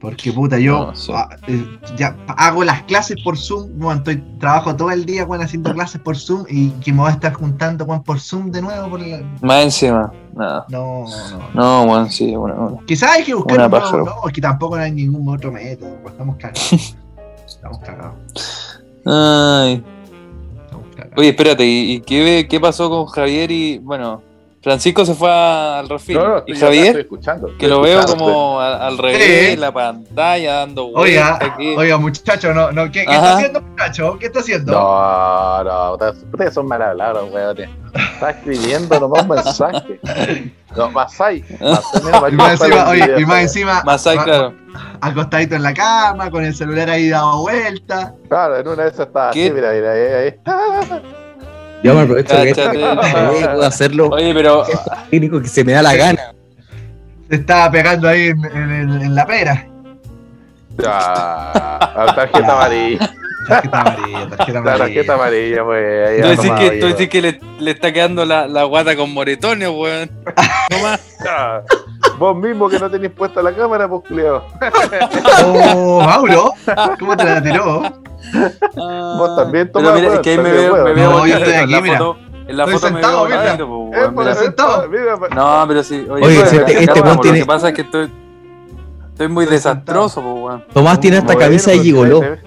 S1: Porque puta, yo
S4: No, sí.
S1: ah, eh, ya hago las clases por Zoom, weón, estoy, trabajo todo el día, weón, haciendo clases por Zoom y que me voy a estar juntando, weón, por Zoom de nuevo por la-
S4: Más encima, nada.
S1: No, no.
S4: No, weón, sí, bueno, bueno.
S1: Quizás hay que buscar
S4: Una
S1: un nuevo-
S4: pájaro.
S1: No, es que tampoco hay ningún otro método, weón, estamos cagados. estamos cagados,
S4: Ay.
S1: estamos cagados.
S4: Oye, espérate, ¿y, y qué, qué pasó con Javier y. Bueno, Francisco se fue a- al refil.
S2: No, no,
S4: ¿Y
S2: estoy- yo acá estoy
S4: Javier?
S2: escuchando. estoy
S4: Que lo veo
S2: escuchando.
S4: como a- al revés,
S1: Sí. ah,
S4: la pantalla dando
S1: Oiga,
S4: vueltas aquí.
S1: oiga, muchacho, no, no, ¿qué, qué está
S4: Ajá.
S1: haciendo, muchacho? ¿Qué está haciendo?
S2: No, no, ustedes- ustedes son mal hablados, weones. Está escribiendo nomás mensajes. No, Masai. Masai, mira,
S1: Y más
S2: Masai
S1: encima,
S2: sale en
S1: oye, y
S2: video,
S1: más encima,
S4: Masai,
S1: ma-
S4: claro.
S1: acostadito en la cama, con el celular ahí dado vuelta.
S2: Claro, en una de esas está así,
S4: ¿Qué?
S2: mira, mira, ahí, ahí.
S3: Yo me aprovecho de esto,
S4: Cáchate.
S3: puedo hacerlo
S4: Oye, pero.
S3: técnico que se me da la gana.
S1: Se estaba pegando ahí en, en- en- en la pera.
S2: Ah, la tarjeta amarilla.
S1: Tarjeta amarilla, tarjeta
S2: La tarjeta
S1: amarilla.
S2: amarilla, pues. ahí
S4: Tú
S2: ha
S4: decís
S2: tomado,
S4: que, tú
S2: ahí,
S4: decís que le, le está quedando la, la guata con moretones, weón. No más.
S2: Ah, Vos mismo que no tenés puesta la cámara, pues, culiao.
S1: Oh, Mauro, ¿cómo te la tiró?
S2: Vos también
S4: Pero
S2: tomás,
S4: mira, es
S2: weón,
S4: que ahí me
S2: también,
S4: veo, me
S2: weón.
S4: veo
S1: No, yo
S4: bonito,
S1: estoy
S4: en la
S1: aquí, mira.
S4: foto- En la
S1: Estoy
S4: foto me
S1: sentado,
S4: veo
S1: mira.
S4: bonito, po,
S2: Eh,
S4: weón,
S2: por
S4: mira.
S2: eso,
S1: sentado.
S2: mira, pa-
S4: No, pero sí. Oye,
S3: Oye,
S4: pero
S3: este-
S4: la
S3: este
S4: cámara,
S3: weón
S4: po,
S3: tiene-
S4: Lo que pasa es que estoy, estoy muy desastroso, po, weón.
S3: Tomás tiene
S2: Como
S3: hasta
S2: ver,
S3: camisa de
S2: pues,
S3: gigoló.
S2: eh,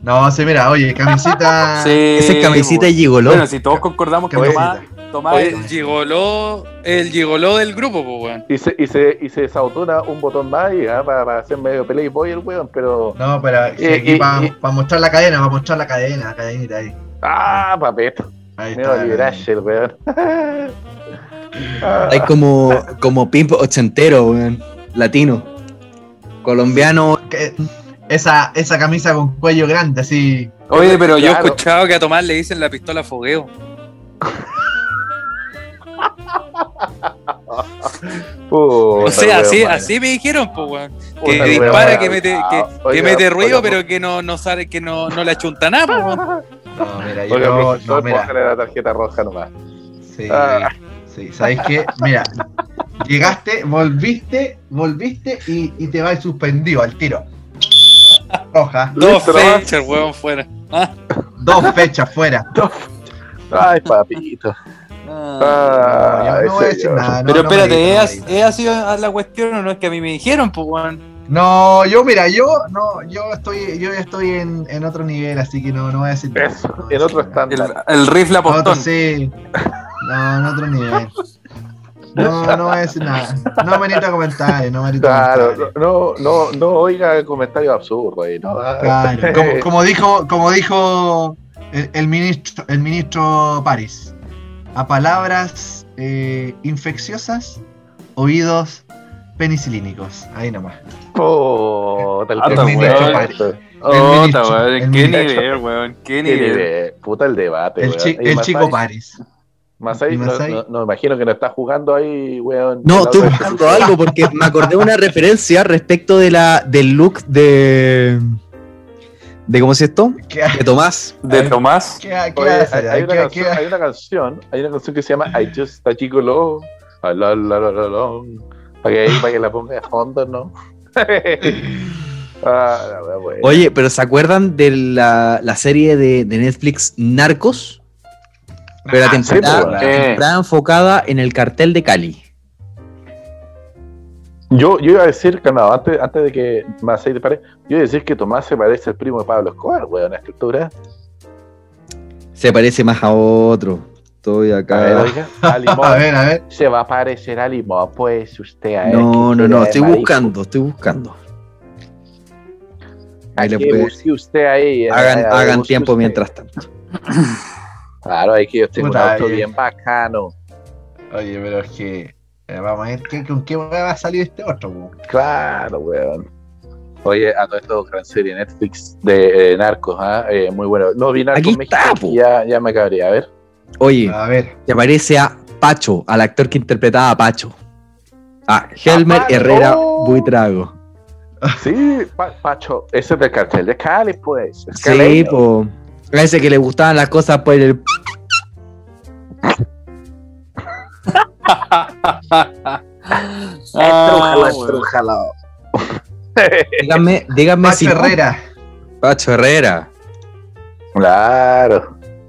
S1: No, sí, mira, oye, camisita.
S4: Sí, pues,
S3: Esa es camisita de gigoló.
S4: Bueno, si todos concordamos que Tomás,
S1: camisita.
S4: Tomás
S2: Oye.
S4: es el gigoló, el gigoló del grupo, po, weón.
S2: Y se, y, se, y se desautona un botón más y, ah, para, para hacer medio playboy el weón, pero.
S1: No, pero sí,
S2: Eh,
S1: aquí
S2: eh,
S1: para
S2: eh.
S1: mostrar la cadena, para mostrar la cadena, la cadenita ahí.
S2: ¡Ah, papeto!
S1: Ahí está.
S2: Medio liberache el weón. Ah,
S3: Hay como, como pimp ochentero, weón. Latino. Colombiano.
S1: Que- esa, esa camisa con cuello grande, así.
S4: Oye, pero yo he
S2: Claro.
S4: escuchado que a Tomás le dicen la pistola fogueo.
S2: puta,
S4: O sea,
S2: weón,
S4: así,
S2: madre.
S4: así me dijeron, po, weón.
S2: Puta,
S4: Que
S2: weón,
S4: dispara, que
S2: madre.
S4: mete, que,
S2: Ah,
S4: que
S2: oiga,
S4: mete ruido,
S2: oiga,
S4: pero que no, no sabe, que no, no le achunta nada, po, weón.
S1: No, mira, yo
S2: Oiga,
S1: no, no,
S2: profesor,
S1: mira.
S2: póngale la tarjeta roja nomás.
S1: Sí,
S2: Ah.
S1: sí, ¿sabes qué? Mira, llegaste, volviste, volviste y, y te vas suspendido al tiro. Roja,
S4: Dos
S2: Listo, nomás.
S4: fechas, weón, fuera.
S1: dos fechas fuera.
S2: Ay, papito.
S1: No, yo
S2: Ah,
S1: no voy a
S2: ese
S1: decir
S2: yo.
S1: nada. no,
S4: Pero
S1: no me
S4: espérate,
S1: digas,
S4: ¿es,
S1: no me digas.
S4: ¿es así la cuestión o no? Es que a mí me dijeron, pues, weón.
S1: No, yo, mira, yo no, yo estoy, yo ya estoy en, en otro nivel, así que no, no voy a decir nada.
S2: Eso,
S1: No voy a
S2: en
S1: decir
S2: otro
S1: nada.
S4: El,
S2: estándar.
S4: el rifle a
S1: No,
S4: postón.
S1: sí. No, en otro nivel. No, no voy a decir nada. No me necesito comentarios, no me necesito
S2: Claro,
S1: comentarios.
S2: no, no, no oiga comentarios absurdos ahí, ¿no?
S1: Claro, como, como dijo, como dijo el, el ministro, el ministro París, a palabras eh, infecciosas, oídos penicilínicos. Ahí nomás.
S2: Puta, el
S4: Ah,
S2: tema,
S4: está
S2: weón.
S1: bueno.
S4: Oh,
S1: ministro,
S4: ta, weón,
S1: el
S4: qué
S1: ministro.
S4: nivel, weón, qué
S2: Qué
S4: nivel.
S2: nivel, Puta el debate,
S1: El,
S2: weón.
S1: chi-
S2: Y
S1: el
S2: Masai-
S1: chico París.
S2: Masai,
S1: Y
S2: no-
S1: Masai.
S2: No, no, imagino que no está jugando ahí, weón.
S3: No,
S2: en la
S3: estoy
S2: otra-
S3: buscando algo porque me acordé de una referencia respecto de la, del look de. de ¿Cómo es esto?
S1: ¿Qué,
S3: De Tomás.
S4: De Tomás.
S1: qué, qué,
S2: Oye, hay,
S1: hacer?
S2: hay una
S1: ¿Qué-
S2: canción,
S1: qué-
S2: hay una canción, hay una canción que se llama I Just a Chico Low. Para que, pa' que la ponga de fondo, ¿no? ah, la wea, weón.
S3: Oye, pero ¿se acuerdan de la, la serie de, de Netflix Narcos? Pero la
S1: Ah,
S2: sí, pues,
S3: temporada,
S2: weón.
S3: la temporada enfocada en el cartel de Cali.
S2: Yo, yo iba a decir, calmado, antes, antes de que Masai te pare, yo iba a decir que Tomás se parece al primo de Pablo Escobar, weón, a esta altura.
S3: Se parece más a otro. Estoy
S2: A ver,
S3: acá.
S2: oiga, a
S1: A
S2: Limón.
S1: ver, a ver.
S2: se va a parecer a Limón, pues usted a
S3: No, no, no, estoy
S2: buscando
S3: buscando, estoy buscando. Ahí
S2: Hay
S3: le
S2: que
S3: puede-
S2: busque usted ahí. eh,
S3: Hagan,
S2: eh,
S3: hagan
S2: busque
S3: tiempo
S2: usted.
S3: mientras tanto.
S2: Claro, hay que yo tengo un
S1: Puta,
S2: auto
S1: eh.
S2: bien bacano.
S1: Oye, pero es que. eh, vamos a ver qué- con qué weá va a salir este otro. po.
S2: Claro, weón. Oye, a todo esto, gran serie Netflix de eh, Narcos, ¿ah? Eh, muy bueno. No vi Narcos
S3: Aquí
S2: México,
S3: está, po.
S2: ya, ya me cabría, a ver.
S3: Oye,
S2: Ah.
S1: A ver.
S3: se parece a Pacho, al actor que interpretaba a Pacho. A Helmer
S2: Ah, Pacho.
S3: Herrera Buitrago.
S2: Sí, Pa- Pacho, ese es del cartel de Cali, pues. es
S3: Sí,
S2: caleño.
S3: po. Parece que le gustaban las cosas por el.
S4: Ah,
S2: Estrújalo,
S4: weón. Ah,
S2: estrújalo.
S3: Díganme, díganme
S1: Max
S3: si.
S1: Herrera.
S3: Pacho Herrera.
S2: Claro.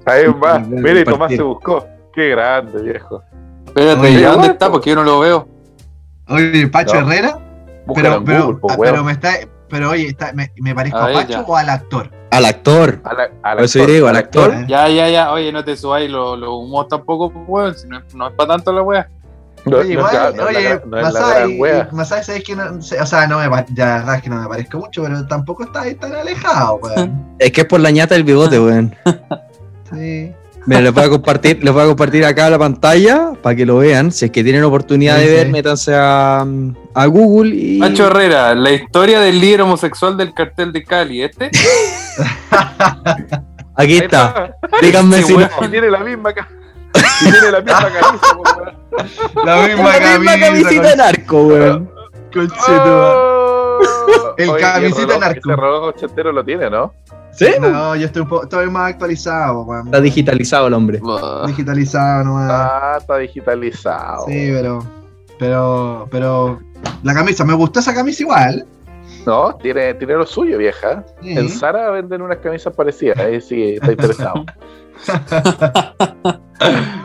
S2: Ahí va.
S3: Sí, claro,
S2: Mire,
S3: el
S2: Tomás se
S3: partido.
S2: buscó. Qué grande, viejo.
S4: Espérate,
S1: Oye,
S4: ¿y dónde
S2: bueno,
S4: está? Porque yo no lo veo.
S1: Oye, Pacho
S2: No.
S1: Herrera.
S2: Búscalo
S1: Pero,
S2: en
S1: pero,
S2: Google, po,
S1: ah,
S2: weón.
S1: pero me está. Pero oye, está- me, me parezco
S4: A
S1: a,
S4: ver,
S1: Pacho
S4: ya.
S1: o al actor.
S3: Al actor.
S2: Al- al
S3: Por eso
S2: actor,
S3: yo digo, al actor.
S1: ¿eh?
S4: Ya, ya, ya. Oye, no te subáis los lo humos tampoco, pues, weón. si no, es- no es para tanto la wea.
S2: No,
S1: oye,
S2: no es
S1: igual,
S2: la- no es la
S1: oye,
S2: gran- no es la gran
S1: Masai,
S2: wea.
S1: Masai, sabes que no, sé- o sea, no me, pa- ya la verdad es que no me parezco mucho, pero tampoco está ahí tan alejado, weón.
S3: Es que es por la ñata del bigote,
S2: Ah.
S3: weón.
S1: Sí.
S3: Mira, les voy a compartir, les voy a compartir acá la pantalla para que lo vean. Si es que tienen oportunidad
S1: Sí,
S3: de
S1: sí.
S3: ver, métanse a, a Google y.
S4: Pacho Herrera, la historia del líder homosexual del cartel de Cali. ¿Este?
S3: Aquí
S2: Ahí
S3: está. Díganme
S4: Sí,
S3: si no.
S4: weón.
S2: Y tiene la misma ca- y tiene la misma camisa, po, weón.
S1: La misma,
S3: La misma camisita de narco, weón.
S1: Conchetumare. El
S2: Oye, y
S1: camisita
S2: reloj-
S1: narco.
S2: Ese reloj ochentero lo tiene, ¿no?
S3: ¿Sí?
S1: No, yo estoy un poco, estoy más actualizado, weón.
S3: Está digitalizado el hombre.
S1: Digitalizado nomás.
S2: Ah, está digitalizado.
S1: Sí, pero. Pero. Pero. La camisa, me gustó esa camisa igual.
S2: No, tiene, tiene lo suyo, vieja.
S1: Sí.
S2: En Sara venden unas camisas parecidas, ahí sí está interesado.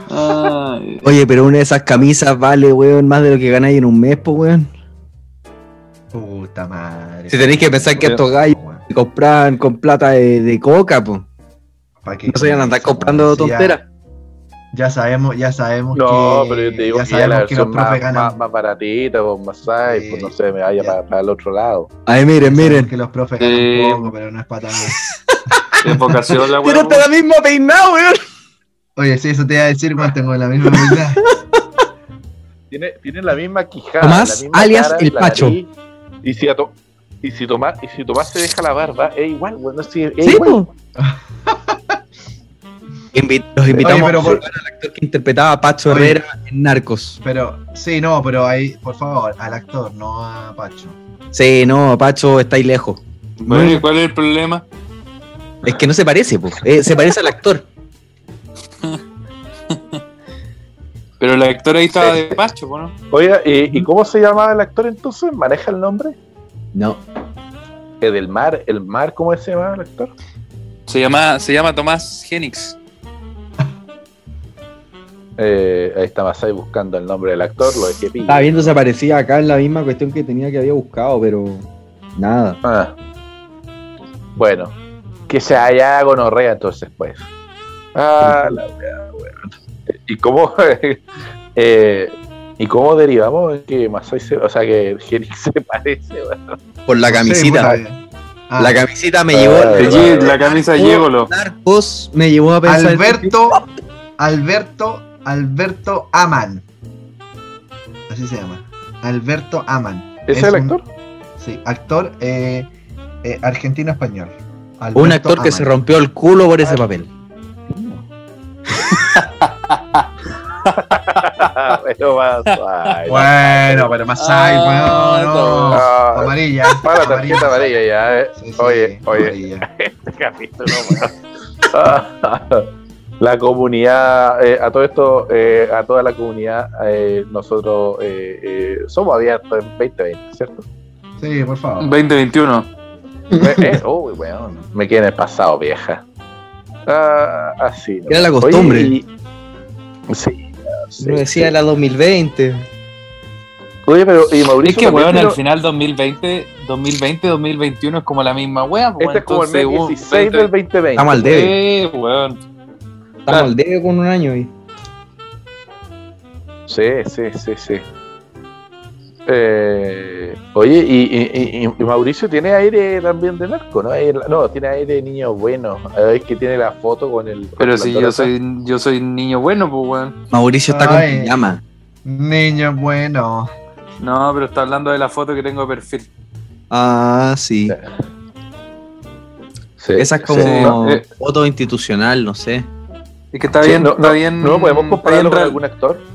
S4: Ay.
S3: Oye, pero una de esas camisas vale, weón, más de lo que ganáis en un mes, pues, weón.
S1: Puta madre.
S3: Si tenéis que pensar que
S2: Weón.
S3: estos gallos compran con plata de, de coca, pues. No se iban a andar comprando tonteras.
S1: Ya, sabemos, ya sabemos
S2: No,
S1: que.
S2: pero yo te digo
S1: ya
S2: que ya la
S1: sabemos que los
S2: versión
S1: profes
S2: más,
S1: ganan.
S2: más, más baratita, con Masai,
S1: Sí,
S2: pues no sé, me vaya
S1: ya.
S2: para, para el otro lado.
S3: Ay, miren,
S1: sabemos
S3: miren.
S1: Que los profes ganan
S4: Sí.
S1: poco, pero no es para tanto.
S4: Qué vocación la
S3: Tiene
S4: wea.
S3: hasta la misma peinado, weón.
S1: Oye, sí, eso te iba a decir cuando tengo la misma verdad.
S2: Tiene, tiene la misma quijada.
S3: Tomás,
S2: la misma
S3: alias El
S2: la
S3: Pacho.
S2: nariz. Y si, a to- y, si Tomás, y si Tomás se deja la barba, es igual, bueno, sí, es
S3: Sí,
S2: igual.
S3: po. Invi- Los invitamos
S1: pero por-
S3: a ver al actor que interpretaba a Pacho
S1: Oye.
S3: Herrera en Narcos.
S1: Pero, sí, no, pero ahí, por favor, al actor, no a Pacho.
S3: Sí, no, Pacho está ahí lejos.
S4: Bueno,
S3: pues.
S4: ¿y cuál es el problema?
S3: Es que no se parece, po. Eh, se parece al actor.
S4: Pero el actor ahí estaba
S2: Sí.
S4: de Pacho, po, ¿no?
S2: Oiga, ¿y, y cómo se llamaba el actor entonces? ¿Maneja el nombre?
S3: No.
S2: ¿El eh, del mar? ¿El mar? ¿Cómo se llamaba el actor?
S4: Se llama, se llama Tomás Genix.
S2: Eh, ahí está Masai buscando el nombre del actor, lo dejé pillo.
S3: Estaba viendo si aparecía acá en la misma cuestión que tenía que había buscado, pero nada.
S2: Ah. Bueno, que se haya gonorrea entonces, pues. Ah, la wea, weón. ¿Y cómo, eh, ¿Y cómo derivamos en que Masai se, o sea, que Genix se parece? weón?
S3: Por la camisita.
S1: Sí, puta. Ah,
S3: la camisita me
S2: Ah,
S3: llevó
S2: vale,
S3: al
S2: vale.
S4: Sí, la camisa Yégolo.
S3: Narcos, me llevó a pensar.
S1: Alberto, Alberto, Alberto Aman. Así se llama. Alberto Aman.
S2: ¿Ese es el
S1: un-
S2: actor?
S1: Sí, actor eh, eh, argentino-español.
S3: Un
S1: Alberto
S3: actor que
S1: Aman.
S3: se rompió el culo por ese papel.
S2: Pero Masai,
S1: Bueno, pero más ahí,
S4: Ah,
S1: bueno,
S4: no.
S1: no.
S2: no.
S1: Amarilla.
S2: Para la tarjeta amarilla ya, eh.
S1: Sí, sí,
S2: Oye, oye.
S1: amarilla.
S2: capítulo, weón. La comunidad, eh, a todo esto, eh, a toda la comunidad, eh, nosotros eh, eh, somos abiertos en 2020, ¿cierto?
S1: Sí, por favor.
S4: 2021.
S2: Me, eh, uy, weón, me quedé en el pasado, vieja. Ah, así. ¿no?
S3: Era la costumbre.
S2: Oye, y- sí. sí,
S3: Lo decía
S2: sí.
S3: la 2020.
S2: Oye, pero y Mauricio.
S4: Es que,
S2: también,
S4: weón,
S2: pero
S4: al final 2020, 2020, 2021 es como la misma weá, po,
S2: Este es como el
S4: entonces,
S2: mes
S4: weón,
S2: 16 del 2020.
S3: Estamos al debe.
S4: Eh, weón.
S3: Estamos al debe con un año ahí.
S2: Sí, sí, sí, sí. Eh, oye, y, y- y- y Mauricio tiene aire también de narco, ¿no? Aire- no, tiene aire de niño bueno. Es que tiene la foto con el. con
S4: Pero
S2: la
S4: si yo
S2: antorcha.
S4: soy, yo soy niño bueno, pues weón.
S3: Mauricio está con
S1: Ay.
S3: pijama.
S1: Niño bueno.
S4: No, pero está hablando de la foto que tengo de perfil.
S3: Ah, sí.
S2: Sí,
S3: Esa es
S2: sí.
S3: como
S4: Sí, eh.
S3: voto institucional, no sé.
S4: Es que está
S2: Sí,
S4: bien,
S2: no,
S4: está
S2: no,
S4: bien.
S2: no podemos compararlo con
S4: está bien
S2: algún actor.
S4: real-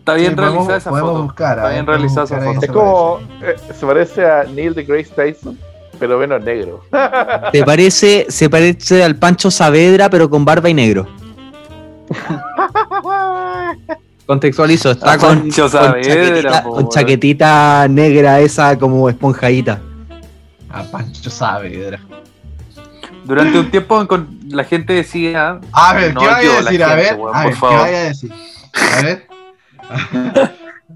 S4: Está bien
S1: Sí, podemos-
S4: realizada esa
S1: podemos
S4: foto.
S1: buscar,
S4: está
S1: a ver,
S4: bien
S1: podemos
S4: realizada esa
S1: buscar ahí
S4: foto.
S2: Es
S1: se
S2: como. eh, se parece a Neil deGrasse Tyson, pero menos negro.
S3: Se parece, se parece al Pancho Saavedra, pero con barba y negro. Contextualizo, está
S4: Ah,
S3: con,
S4: Pancho
S3: con
S4: Saavedra,
S3: chaquetita,
S4: po,
S3: con
S4: weón.
S3: chaquetita negra esa como esponjadita.
S1: A Ah, Pancho Saavedra.
S4: Durante un tiempo con- la gente decía.
S1: A ver,
S4: No,
S1: ¿qué vaya
S4: yo,
S1: a
S4: la
S1: decir? A
S4: gente,
S1: ver,
S4: weón,
S1: a
S4: por
S1: ver, ¿qué
S4: favor.
S1: vaya a decir? A ver,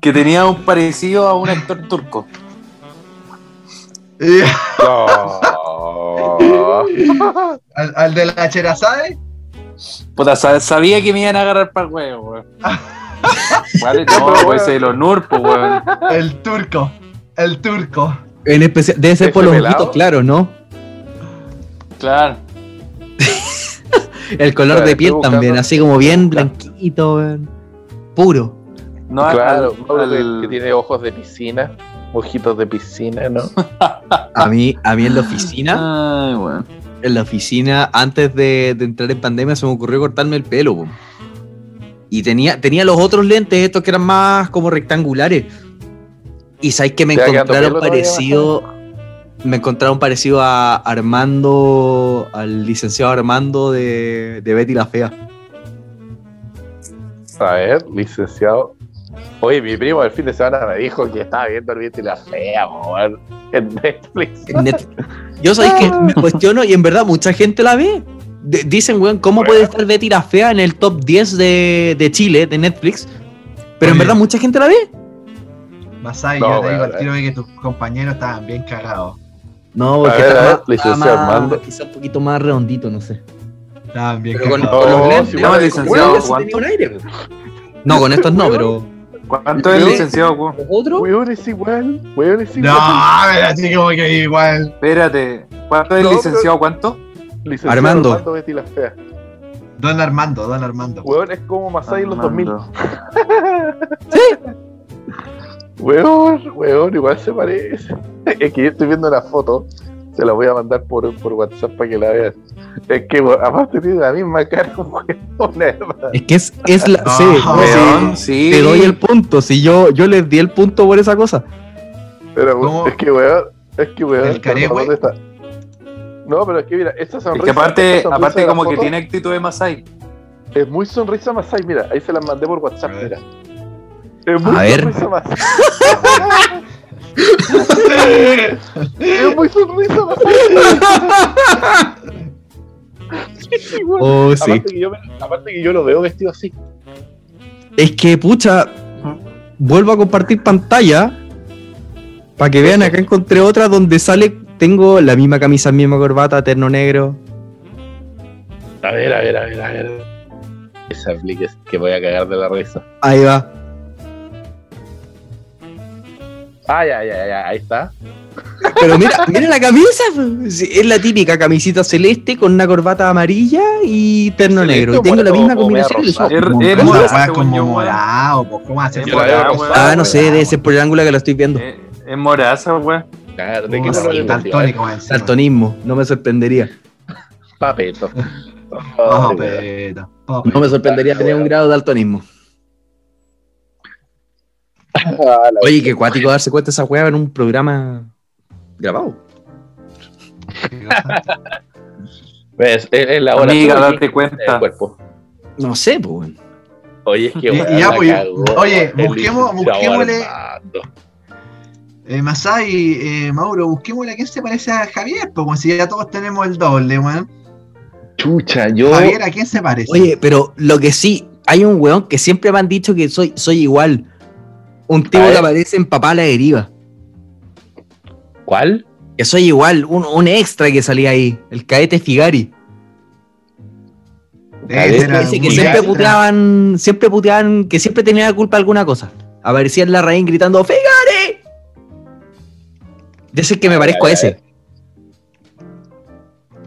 S4: que tenía un parecido a un actor turco.
S1: eh,
S2: No.
S1: ¿al, al de la Cherazade?
S4: Puta, sa- sabía que me iban a agarrar para el huevo, weón. Vale,
S2: No,
S4: no,
S2: weón.
S4: pues el honor, pues, weón.
S1: El turco. El turco.
S3: En especial, debe ser por
S2: Ese
S3: los
S2: pelado.
S3: ojitos claros, ¿no?
S4: Claro.
S3: El color
S2: Espera,
S3: de
S2: estoy
S3: piel
S2: buscando-
S3: también, así como bien
S2: Claro.
S3: blanquito, weón. Puro.
S4: No, al-
S2: claro,
S4: al-
S2: Pablo,
S4: al-
S2: que tiene ojos de piscina, ojitos de piscina, ¿no?
S3: A mí, a mí en la
S4: Ah.
S3: oficina,
S4: Ay, weón.
S3: en la oficina, antes de, de entrar en pandemia, se me ocurrió cortarme el pelo, weón. Y tenía, tenía los otros lentes, estos que eran más como rectangulares. Y sabes que me
S2: ¿Te va quedando
S3: encontraron
S2: pelo todavía,
S3: parecido. Me encontraron parecido a Armando, al licenciado Armando de, de Betty la Fea.
S2: A ver, licenciado. Oye, mi primo el fin de semana me dijo que estaba viendo el viento y la fea, weón, en Netflix.
S3: en Netflix. Yo sabéis que me cuestiono y en verdad mucha gente la ve. De- dicen, weón, ¿cómo puede estar Betty la Fea en el top 10 de, de Chile, de Netflix? Pero en
S1: Oye.
S3: verdad mucha gente la ve.
S1: Masai,
S2: No,
S1: yo te digo al
S2: weón,
S4: eh.
S1: tiro de que tus compañeros estaban bien cagados.
S3: No,
S2: porque
S3: porque
S2: A ver,
S3: está
S2: a ver,
S3: más- está
S2: licenciado
S3: más-
S2: Armando.
S3: Quizá un poquito más redondito, no sé.
S1: Estaban bien
S3: Pero con,
S1: cagados.
S3: con
S2: Oh,
S3: los lentes.
S2: sí,
S3: weón,
S4: bueno,
S3: con-
S4: licenciado,
S3: weón, ese
S4: ¿cuánto?
S3: tenía un aire, weón. No, con estos no, pero.
S4: ¿Cuánto es
S2: Yo-
S4: el licenciado, weón?
S3: ¿los otros?
S2: Weón es igual, weón es
S1: No,
S2: igual.
S1: pero así como que igual.
S4: Espérate. ¿Cuánto es el
S2: No,
S4: licenciado? ¿Cuánto?
S2: Licenciado
S3: Armando.
S2: Armando Betty la fea.
S1: Don Armando, don Armando.
S2: Weón es como Masai en los 2000.
S4: Armando.
S2: Weón, weón, igual se parece. Es que yo estoy viendo la foto, se la voy a mandar por, por WhatsApp para que la veas. Es que weón, aparte tiene la misma cara, weón. hermano.
S3: Es que es, es la.
S1: No,
S3: sí,
S2: Ah,
S1: weón,
S3: sí,
S4: sí.
S3: Te doy el punto. Si yo, yo les di el punto por esa cosa.
S2: Pero weón,
S1: ¿Cómo?
S2: es que weón, es que weón.
S1: ¿El caré,
S2: perdón,
S1: weón?
S2: ¿dónde está? No, pero es que mira, esta
S4: Es
S2: sonrisa.
S4: que aparte,
S2: esta sonrisa de
S4: aparte
S2: la
S4: como que
S2: foto
S4: tiene actitud de Masai.
S2: Es muy sonrisa Masai, mira, ahí se la mandé por WhatsApp,
S1: A ver.
S2: mira. Es muy
S3: A ver.
S2: sonrisa Masai. Es muy sonrisa Masai. Sí, weón.
S3: Oh, sí.
S2: Aparte, que yo, me- aparte que yo lo veo vestido así.
S3: Es que, pucha, vuelvo a compartir pantalla para que vean. Acá encontré otra donde sale. Tengo la misma camisa, misma corbata, terno negro.
S2: A ver, a ver, a ver, a ver. Esa aplique que voy a cagar de la risa.
S3: Ahí va.
S2: Ah, ya, ya, ya, ahí está.
S3: Pero mira, mira la camisa. po. Sí, Es la típica camisita celeste con una corbata amarilla y terno
S2: ¿Celeste o
S3: negro. Y tengo la
S2: morado-
S3: misma
S2: o
S3: combinación.
S2: medio
S3: y los
S2: rosado?
S3: ojos
S4: Er-
S3: como-
S4: er-
S1: ¿Cómo la
S4: Según
S1: weá
S4: yo,
S1: como
S4: weón.
S1: morado? po? ¿Cómo hace
S4: Es
S2: Yo la veo
S4: morada,
S2: rosada,
S4: weón.
S3: Ah, no sé, debe ser por el ángulo que la estoy viendo.
S4: Es Eh, es moraza, weón.
S2: Claro, ¿de qué
S1: Uy,
S2: color es la
S1: daltónico, weón, encima.
S3: Daltonismo, no me sorprendería.
S2: Papeto.
S1: Oh,
S2: Oh, weón.
S1: pero, oh,
S3: No me sorprendería tener un grado de daltonismo.
S2: Ah, la-
S3: Oye, qué cuático darse cuenta de esa hueá en un programa grabado.
S1: pero, ¿qué
S2: Ves, es, es pues, la hora.
S4: Amiga,
S2: tú,
S4: date
S2: aquí, El
S4: cuenta.
S2: cuerpo.
S3: No sé, pues. weón.
S2: Oye, es que
S1: Y-
S2: weón,
S1: y ya,
S2: la
S1: pues,
S2: cagó,
S1: oye,
S2: el
S1: busquemos-
S2: licenciado
S1: busquémosle-
S2: Armando.
S1: Eh, Masai, eh, Mauro, busquémosle a quién se parece a Javier, pues si ya todos tenemos el doble, weón.
S2: Chucha, yo.
S1: Javier, ¿a quién se parece?
S3: Oye, pero lo que sí, hay un weón que siempre me han dicho que soy, soy igual. Un tipo
S2: A ver.
S3: que aparece en papá a la deriva.
S2: ¿Cuál?
S3: Que soy igual, un, un extra que salía ahí, el cadete Figari.
S1: Debe ser
S2: Era
S3: Ese que
S2: un
S1: algún
S3: siempre
S1: extra.
S3: puteaban, siempre puteaban, que siempre tenía la culpa de alguna cosa. Aparecía en la raíz gritando, ¡Figari! De ese que me parezco a
S2: a
S3: ese.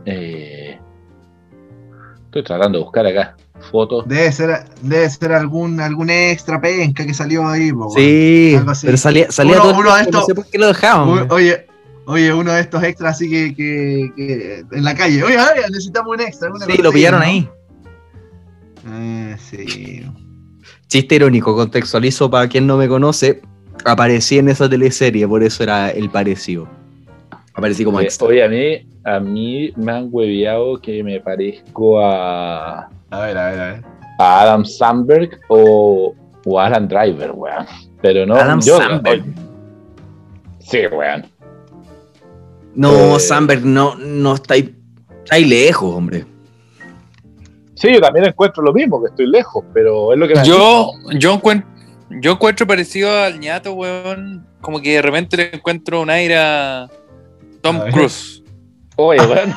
S2: Eh, estoy tratando de buscar acá fotos.
S1: Debe ser, debe ser algún, algún extra penca que salió ahí, po, weón.
S3: Sí,
S1: algo así.
S3: pero salía, salía
S1: Uno-
S3: todo el
S1: uno de
S3: tiempo,
S1: estos-
S3: no sé por qué lo dejaban.
S1: Uy,
S3: weón.
S1: Oye, oye, uno de estos extras así que, que, que en la calle. Oye, oye, necesitamos un extra. una
S3: Sí,
S1: cosa
S3: lo
S1: así,
S3: pillaron
S1: ¿no?
S3: ahí.
S1: Eh, sí.
S3: Chiste irónico, contextualizo para quien no me conoce. Aparecí en esa teleserie, por eso era el parecido. Aparecí como
S2: Eh,
S3: extra.
S2: oye, a mí, a mí me han hueveado que me parezco a,
S1: A ver, a ver, a ver.
S2: a Adam Sandberg o, o Alan Driver, weón. Pero no,
S3: Adam
S2: yo-
S3: Sandberg.
S2: oye. Sí, weón.
S3: No,
S6: Eh.
S3: Samberg, no, no está ahí, está ahí lejos, hombre.
S6: Sí, yo también encuentro lo mismo, que estoy lejos, pero es lo que me
S4: Yo, yo, encuentro, yo encuentro parecido al ñato, weón. Como que de repente le encuentro un aire a Tom
S1: A ver.
S4: Cruise.
S6: Oye, bueno.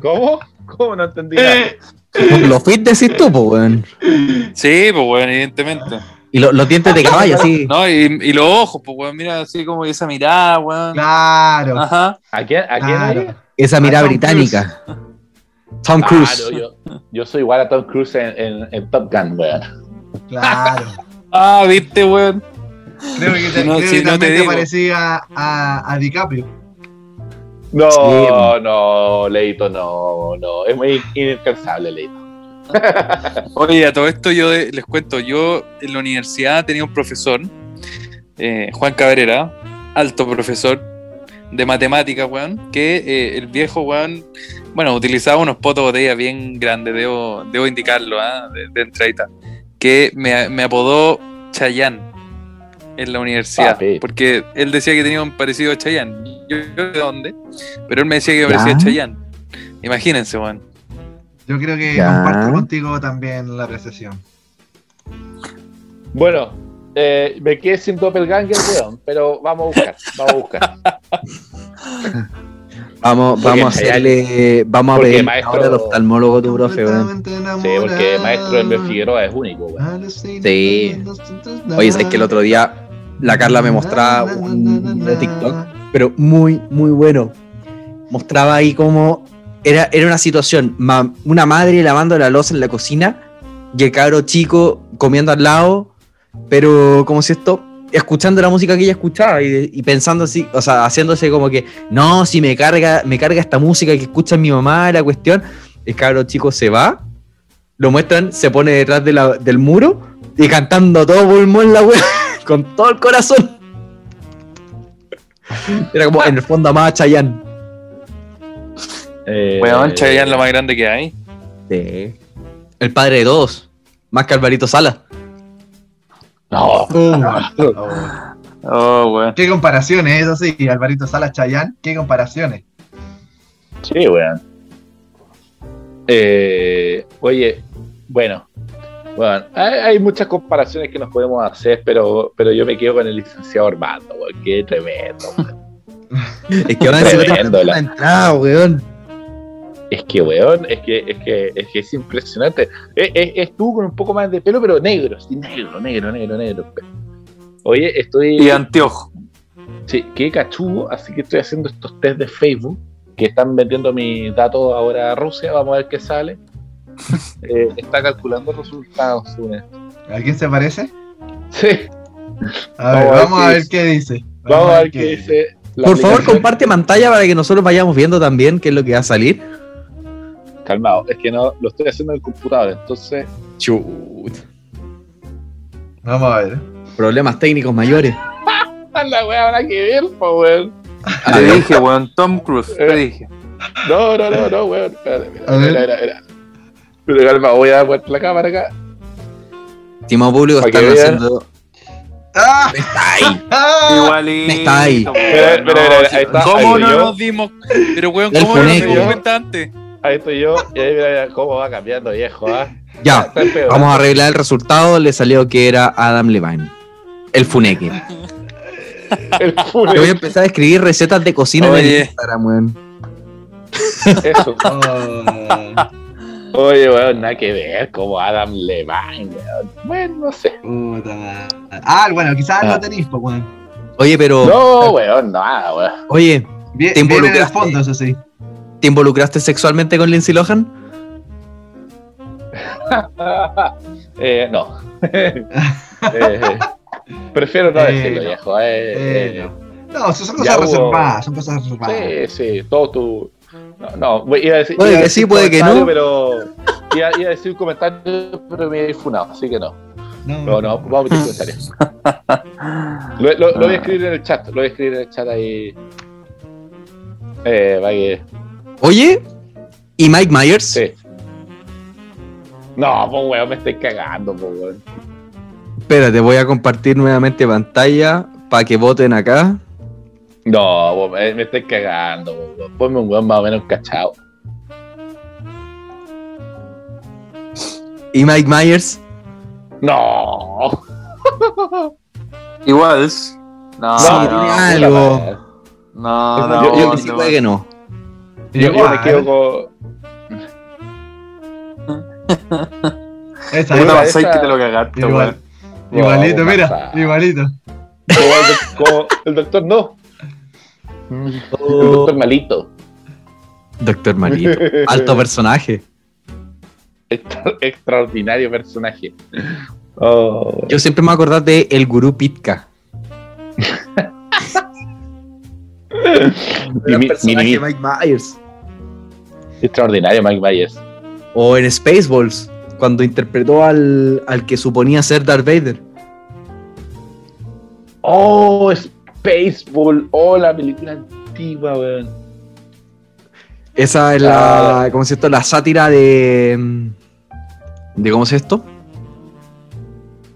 S6: ¿Cómo? ¿Cómo no entendí? nada?
S3: Por los fit decís tú, po, weón.
S4: Sí, pues, weón, evidentemente.
S3: Y lo- los dientes
S6: Ah,
S3: de caballo, sí.
S4: No, y, y los ojos, pues, weón, mira así como esa mirada, weón.
S1: Claro.
S3: Ah,
S4: Ajá.
S6: ¿A quién? ¿A quién
S1: Claro.
S6: era?
S3: Esa mirada
S1: Tom
S3: británica. Tom
S6: Claro,
S3: Cruise.
S6: Ah, yo, yo soy igual a Tom Cruise en, en- en Top Gun, weón.
S1: Claro.
S4: Ah, viste, weón.
S1: Creo que, te,
S4: No,
S1: creo
S4: sí,
S1: que
S4: no te
S1: también te,
S4: digo.
S1: parecía a, a DiCaprio.
S6: No,
S3: Sí.
S6: no, Leito, no, no. Es muy inalcanzable, Leito.
S4: Oye, a todo esto yo de- les cuento, yo en la universidad tenía un profesor, eh, Juan Cabrera, alto profesor de matemáticas, weón, que eh, el viejo, weón, bueno, utilizaba unos potos de botella bien grandes, debo, debo indicarlo, ah, de, de entradita, que me, me apodó Chayán en la universidad,
S6: Papi.
S4: porque él decía que tenía un parecido a Chayán, yo no sé de dónde, pero él me decía que me
S3: Ya.
S4: parecía a Chayán, imagínense, weón.
S1: Yo creo que
S3: Ya.
S1: comparto contigo también la apreciación.
S6: Bueno, eh, me quedé sin doppelganger, weón, pero vamos a buscar, vamos a buscar.
S3: Vamos,
S6: Porque
S3: vamos a hacerle. Vamos a
S6: porque
S3: pedir
S6: maestro-
S3: ahora al oftalmólogo a tu profe, weón.
S6: Sí, porque maestro Hermes Figueroa es único, weón.
S3: Sí. Oye, sabes que el otro día la Carla me mostraba un de TikTok, pero muy, muy bueno. Mostraba ahí cómo era, era una situación, ma- una madre lavando la loza en la cocina y el cabro chico comiendo al lado, pero como si esto, escuchando la música que ella escuchaba y, y pensando así, o sea, haciéndose como que, no, si me carga, me carga esta música que escucha mi mamá, la cuestión, el cabro chico se va, lo muestran, se pone detrás de la- del muro y cantando a todo pulmón la wea, con todo el corazón. Era como, en el fondo amaba a Chayanne.
S6: Eh,
S4: Weón, Chayán lo más grande que hay.
S3: Sí. El padre de todos. Más que Alvarito Sala.
S6: No,
S1: Oh.
S4: Oh, weón.
S1: Qué comparaciones, eso sí, Alvarito Salas Chayán, qué comparaciones.
S6: Sí, weón. Eh, oye, bueno, bueno hay, hay muchas comparaciones que nos podemos hacer, pero, pero yo me quedo con el licenciado Armando, weón, qué tremendo. weón.
S3: Es que ahora encima
S6: Tremendo,
S3: te
S6: la-
S3: entrada, weón.
S6: Es que, weón, es que es, que, es, que es impresionante. Es, es, es tú con un poco más de pelo, pero negro, sí, negro, negro, negro, negro. Oye, estoy...
S4: Y anteojo.
S6: Sí, qué cachudo, así que estoy haciendo estos test de Facebook que están vendiendo mis datos ahora a Rusia, vamos a ver qué sale. Eh, está calculando resultados. Funes.
S1: ¿A quién se parece?
S6: Sí,
S1: A ver,
S6: Vamos a ver
S1: vamos a
S6: qué
S1: ver
S6: dice.
S1: qué dice.
S6: vamos a ver qué dice. la
S3: Por favor,
S6: aplicación.
S3: comparte pantalla para que nosotros vayamos viendo también qué es lo que va a salir.
S6: Calmado, es que no lo estoy haciendo en el computador, entonces.
S3: Chut.
S1: Vamos a ver.
S3: Problemas técnicos mayores.
S6: ¡Ah, la weá, habrá que ver, po, weón!
S4: Te dije, weón, Tom Cruise, te dije.
S6: No, no, no, no, weón. Espérate, mira,
S1: A ver.
S6: mira, mira, mira. Pero calma, voy a dar vuelta la cámara acá.
S3: Estimado público,
S6: Para
S3: están
S6: que vean.
S3: haciendo.
S1: ¡Ah!
S3: Está ahí.
S1: ¡Ah!
S4: Igualito.
S3: Está ahí.
S4: weón.
S6: Espera, espera, espera, ahí está,
S4: ¿Cómo
S6: ahí
S4: no
S6: yo.
S4: nos dimos? Pero, weón,
S3: El
S4: ¿cómo no nos
S3: conejo.
S4: dimos cuenta antes?
S6: Ahí estoy yo, y ahí mira, mira cómo va cambiando, viejo, ¿ah?
S3: Ya.
S6: Está peor.
S3: Vamos a arreglar el resultado. Le salió que era Adam Levine. El funeque.
S6: El
S3: Yo
S6: Funes.
S3: voy a empezar a escribir recetas de cocina en el
S4: Oye.
S3: Instagram, weón.
S6: Eso.
S1: Oh,
S6: Oye, weón, nada que ver como Adam Levine, weón. Bueno, no sé.
S1: puta madre. Ah, bueno, quizás no tenéis, pues, weón.
S3: Oye, pero.
S6: No, weón, nada, weón.
S3: Oye,
S1: Bien, bien en
S3: Te
S1: el
S3: involucraste.
S1: fondo, eso sí.
S3: ¿te involucraste sexualmente con Lindsay Lohan?
S6: eh, no. Eh, prefiero no
S1: Eh,
S6: decirlo,
S1: no.
S6: viejo. eh,
S1: Eh,
S6: eh,
S1: No, eso son
S6: Ya
S1: cosas
S6: hubo-
S1: reservadas, son cosas reservadas.
S6: Sí, sí, todo tu. No, no, we- iba a decir.
S3: Puede
S6: iba a
S3: que
S6: decir
S3: sí, puede que
S6: comentario,
S3: no.
S6: Pero, iba, iba a decir un comentario, pero me he funado, así que no.
S1: No,
S6: No, no, vamos a meter comentarios. Lo, lo- lo voy a escribir en el chat, lo voy a escribir en el chat ahí. Eh, va que.
S3: Oye, ¿y Mike Myers?
S6: Sí. No, pues weón, me estoy cagando, pues weón.
S3: Espérate, voy a compartir nuevamente pantalla para que voten acá.
S6: No, vos, me, me estoy cagando. vos. Ponme un weón más o menos cachado.
S3: Y Mike Myers.
S6: No.
S4: Igual. No,
S3: Sí,
S4: no,
S3: tiene
S4: no,
S3: algo.
S4: no,
S6: Yo- yo
S3: que sí
S4: no.
S3: puede que no.
S6: Yo, yo me quedo con.
S1: Esa,
S4: Puta,
S6: Igual,
S1: esa.
S4: más soy
S6: esa-
S4: que te lo cagaste,
S1: Igual.
S4: weón.
S1: Igualito,
S6: Vamos,
S1: mira,
S6: pasa.
S1: igualito.
S6: Como el, doc- como el doctor no. El doctor malito.
S3: Doctor Malito. Alto personaje.
S6: Extra- extraordinario personaje. Oh.
S3: Yo siempre me voy a acordar de El Gurú Pitka.
S6: Y mi- mi- mi-
S3: Mike Myers.
S6: extraordinario Mike Myers.
S3: O en Spaceballs, cuando interpretó al, al que suponía ser Darth Vader.
S6: Oh, Spaceball. Oh, la película antigua, weón.
S3: Esa es la, ¿cómo se esto? La sátira de, mm, de ¿cómo es esto?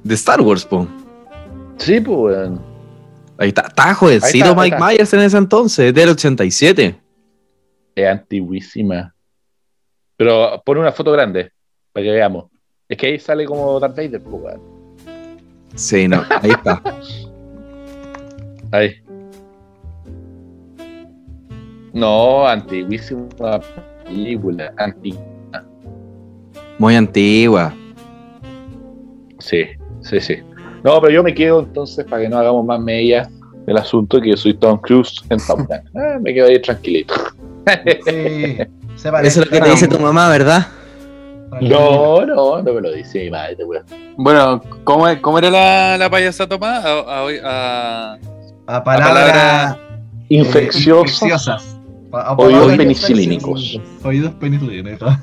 S3: De Star Wars, po.
S6: Sí, pues, weón.
S3: Ahí está, está jovencito
S6: Ahí está,
S3: Mike
S6: ahí está.
S3: Myers en ese entonces, del 87.
S6: Es antiguísima. Pero pon una foto grande para que veamos. Es que ahí sale como Darth Vader, pues, weón.
S3: Sí, no, ahí está.
S6: Ahí. No, antiguísima película. Antigua.
S3: Muy antigua.
S6: Sí, sí, sí. No, pero yo me quedo entonces para que no hagamos más media del asunto que yo soy Tom Cruise en Top Gun. Ah, me quedo ahí tranquilito.
S1: Sí, se
S3: Eso
S1: parece.
S3: es lo que te dice tu mamá, ¿verdad?
S6: No, no, no me lo dice mi madre, weón.
S4: Bueno, ¿cómo, cómo era la, la payasa tomada? A, a- a-
S1: A palabras eh,
S6: Infeccioso.
S1: infecciosas. Pa- a
S6: Oídos
S1: palabras
S6: penicilínicos.
S1: infecciosas. Oídos penicilínicos.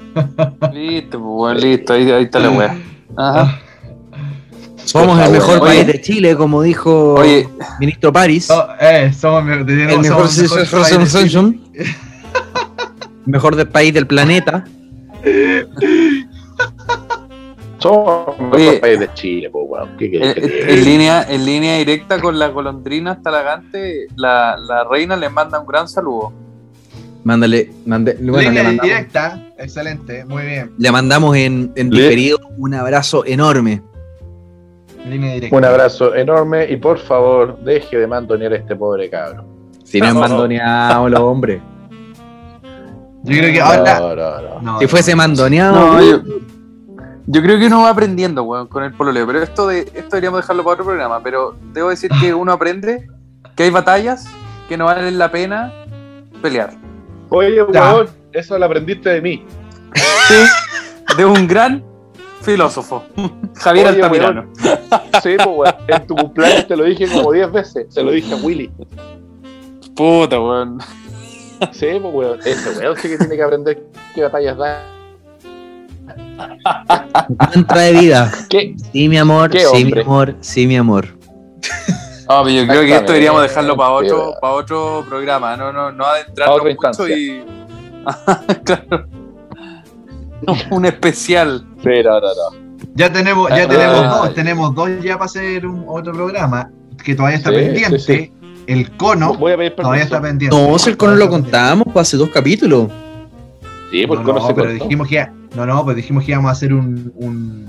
S4: Listo, pues, weón, listo, ahí, ahí está la weá. Ajá.
S3: Somos el mejor
S4: Oye.
S3: país de Chile, como dijo
S4: Oye,
S3: ministro París.
S1: Oh, eh, somos me- de nuevo,
S3: el mejor,
S1: somos mejor
S3: Frozen
S1: país de Chile.
S3: Sunshine. mejor del país del planeta.
S6: Somos el
S4: Oye.
S6: mejor país de Chile, po, weón. ¿Qué querés
S4: en,
S6: que te
S4: en-
S6: diga?
S4: eh, en línea, en línea directa con la golondrina hasta la gante, la, la reina le manda un gran saludo.
S3: Mándale, mande- bueno, le,
S1: Línea
S3: mandamos,
S1: directa, excelente, muy bien.
S3: le mandamos en, en
S6: Le-
S3: diferido un abrazo enorme.
S1: Línea directa.
S6: Un abrazo enorme y por favor, deje de mandonear a este pobre cabrón.
S3: Si no es mandoneado, los hombres.
S1: Yo creo que ahora.
S6: No, no, no.
S1: No,
S3: Si fuese mandoneado,
S4: No, yo, yo creo que uno va aprendiendo, weón, con el pololeo. Pero esto de esto deberíamos dejarlo para otro programa. Pero debo decir que uno aprende que hay batallas que no valen la pena pelear.
S6: Oye,
S1: Ya.
S6: weón, eso lo aprendiste de mí.
S4: Sí, de un gran filósofo, Javier
S6: Oye,
S4: Altamirano.
S6: Sí,
S2: pues,
S6: po, weón. En tu cumpleaños te lo dije como 10 veces. Se lo dije a Willy.
S4: Puta, weón.
S6: Sí, pues, weón. Ese weón sí que tiene que aprender qué batallas da.
S3: mantra de vida.
S6: ¿Qué?
S3: Sí, mi amor,
S6: Qué
S3: sí, mi
S6: hombre.
S3: amor, sí, mi amor.
S4: Ah, pero yo creo que esto deberíamos dejarlo para
S6: Sí,
S4: otro,
S6: weón.
S4: para otro programa, no, no, no
S6: Para
S4: adentrarnos
S6: otra
S4: mucho y. claro. No, un especial.
S6: Sí, no, no, no.
S1: Ya tenemos, ya
S6: Ah,
S1: tenemos
S6: ah,
S1: dos,
S6: ya.
S1: tenemos dos ya para hacer un, otro programa que todavía está
S6: Sí,
S1: pendiente.
S6: sí, sí.
S1: El cono
S6: Voy a pedir permiso.
S1: todavía está pendiente.
S3: No, si el cono lo contamos pues, hace dos capítulos.
S6: Sí, pues
S1: No,
S6: cono
S1: no,
S6: se
S1: pero
S6: cortó.
S1: dijimos que no, no, pues dijimos que íbamos a hacer un, un,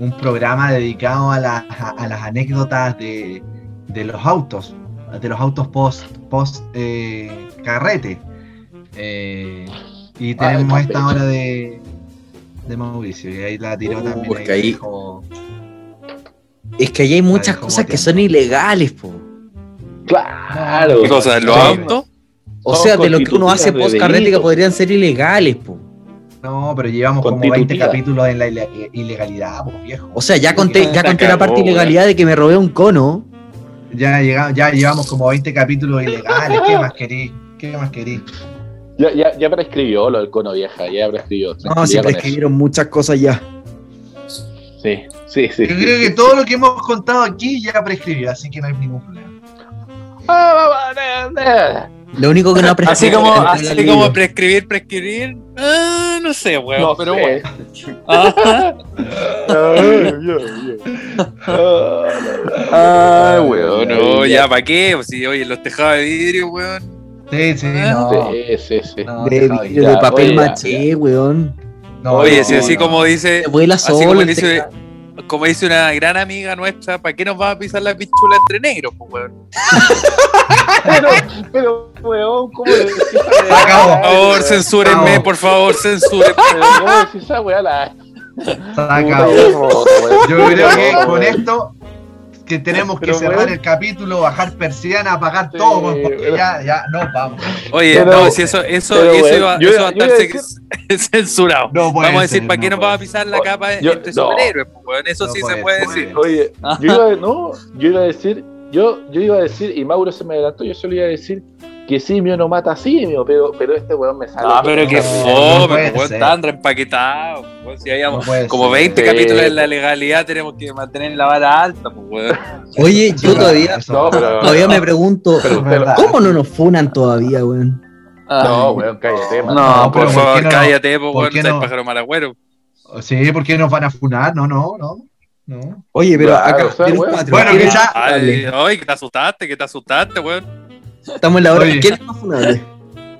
S1: un programa dedicado a, las- a, a las anécdotas de, de los autos, de los autos post post eh, carrete. Eh, y
S6: Ah,
S1: tenemos
S6: de
S1: esta
S6: carrete.
S1: hora de, de Mauricio y ahí la tiró
S3: Uh,
S1: también.
S3: porque
S1: la
S3: ahí-
S1: dejó-
S3: Es que ahí hay muchas
S1: Ay, ¿cómo
S3: cosas que
S1: tiene?
S3: son ilegales, po.
S6: Claro.
S1: ¿Qué cosa,
S4: ¿Los
S1: Sí.
S4: autos?
S3: O
S6: Son
S3: sea, de lo que uno
S6: constitutivas
S3: hace
S6: de
S3: post carrete que
S6: delitos.
S3: podrían ser ilegales, po.
S1: No, pero llevamos como 20
S6: Constitutiva.
S1: capítulos en la ile- ilegalidad, pues viejo.
S3: O sea, ya
S1: Porque
S3: conté, ya
S6: Se
S3: conté la
S6: acabó,
S3: parte
S6: weón.
S3: ilegalidad de que me robé un cono.
S1: Ya, llegamos, ya llevamos como 20 capítulos ilegales. ¿Qué más querís? ¿Qué más querís?
S6: Ya, ya, ya prescribió lo del cono vieja, ya prescribió.
S3: No,
S6: Tranquilidad
S3: siempre
S6: con
S3: escribieron muchas cosas ya.
S6: eso. Sí, sí, sí.
S1: Yo creo que todo lo que hemos contado aquí ya prescribió, así que no hay ningún problema.
S6: Ah, va, va, na, na.
S3: Lo único que no aprendí
S4: Así como,
S3: es
S4: así
S3: el
S4: como
S3: libro.
S4: prescribir, prescribir. Ah, no sé, weón.
S2: No
S4: pero
S2: sé.
S4: bueno. Ajá.
S6: Ah,
S4: Ay, weón, no, ya, ¿para qué? Si, oye, los tejados de vidrio, weón.
S1: Sí, sí,
S4: Ah.
S1: no.
S2: Sí, sí, sí.
S1: no,
S3: de,
S1: dejado
S3: vidrio,
S1: ya,
S3: de papel
S2: oye,
S3: maché, weón.
S1: no,
S4: oye,
S1: no,
S4: si así
S1: no.
S4: como dice,
S3: Se vuela
S4: así como
S3: solo. el
S4: dice-
S3: teclado.
S4: como dice una gran amiga nuestra, ¿para qué nos va a pisar la pichula entre negros, pues, weón?
S2: Pero, pero, weón, ¿cómo le decís esa weá?
S1: Acabó.
S4: Por favor, censúrenme,
S1: no.
S4: por favor, censúrenme.
S2: Pero, ¿Cómo le decís esa weá a la-
S1: Se acabó.
S2: Puta, weón, weón.
S1: Yo creo que
S2: Weón.
S1: con esto que tenemos que
S2: Pero,
S1: cerrar
S2: weón.
S1: el capítulo, bajar persiana, apagar
S2: Sí,
S1: todo, weón, porque
S2: pero-
S1: ya, ya, no, vamos.
S4: Oye,
S2: Pero-
S4: no, si eso, eso,
S2: pero,
S4: eso,
S2: weón,
S4: iba,
S2: yo
S4: eso
S2: iba-
S4: va a
S2: yo iba
S4: estar
S2: a
S4: cen- censurado.
S1: No puede
S4: Vamos a decir,
S1: ser,
S4: ¿para qué
S1: no
S4: nos va a
S1: puede
S4: pisar la
S2: Oh,
S4: capa
S2: yo-
S4: entre
S2: no.
S4: superhéroes, pues, weón? Eso
S1: No
S4: sí se
S1: puede
S4: puede
S1: ser.
S4: decir.
S2: Oye, yo iba, no, yo iba a decir, yo, yo iba a decir, y Mauro se me adelantó, yo solo iba a decir que simio no mata simio, pero, pero este weón me sale.
S4: Ah, pero
S1: que
S4: qué
S1: No, no
S4: fome,
S1: puede
S4: pues,
S1: ser.
S4: weón, tan reempaquetado. pues, weón, Si
S1: No
S4: hayamos
S1: puede
S4: como
S1: ser.
S4: 20
S2: Sí.
S4: capítulos de la legalidad, tenemos que mantener la vara alta, pues, weón.
S3: Oye,
S1: Eso
S3: yo
S1: es
S3: todavía,
S1: verdad, eso
S2: No,
S1: es verdad.
S2: pero.
S3: todavía me pregunto,
S1: Eso es
S2: pero-
S1: verdad.
S3: ¿cómo no nos funan todavía, weón?
S2: Ah. No, weón, cállate, man.
S4: No,
S1: No,
S4: por
S1: pero ¿por
S4: favor,
S1: qué no?
S4: cállate, pues,
S1: ¿Por
S4: weón,
S1: qué
S4: no seas
S1: no?
S4: pájaro malagüero.
S1: Sí, ¿por qué nos van a funar? No, no, no. no.
S3: Oye, pero
S2: Claro,
S3: acá
S2: o sea,
S3: tenemos
S2: weón.
S3: cuatro.
S1: Bueno,
S3: ¿Quién-
S1: quizás.
S4: Ay,
S3: Dale.
S4: ay, que te asustaste, que te asustaste, weón.
S3: estamos en la hora.
S1: Oye.
S3: ¿Quién es más funable?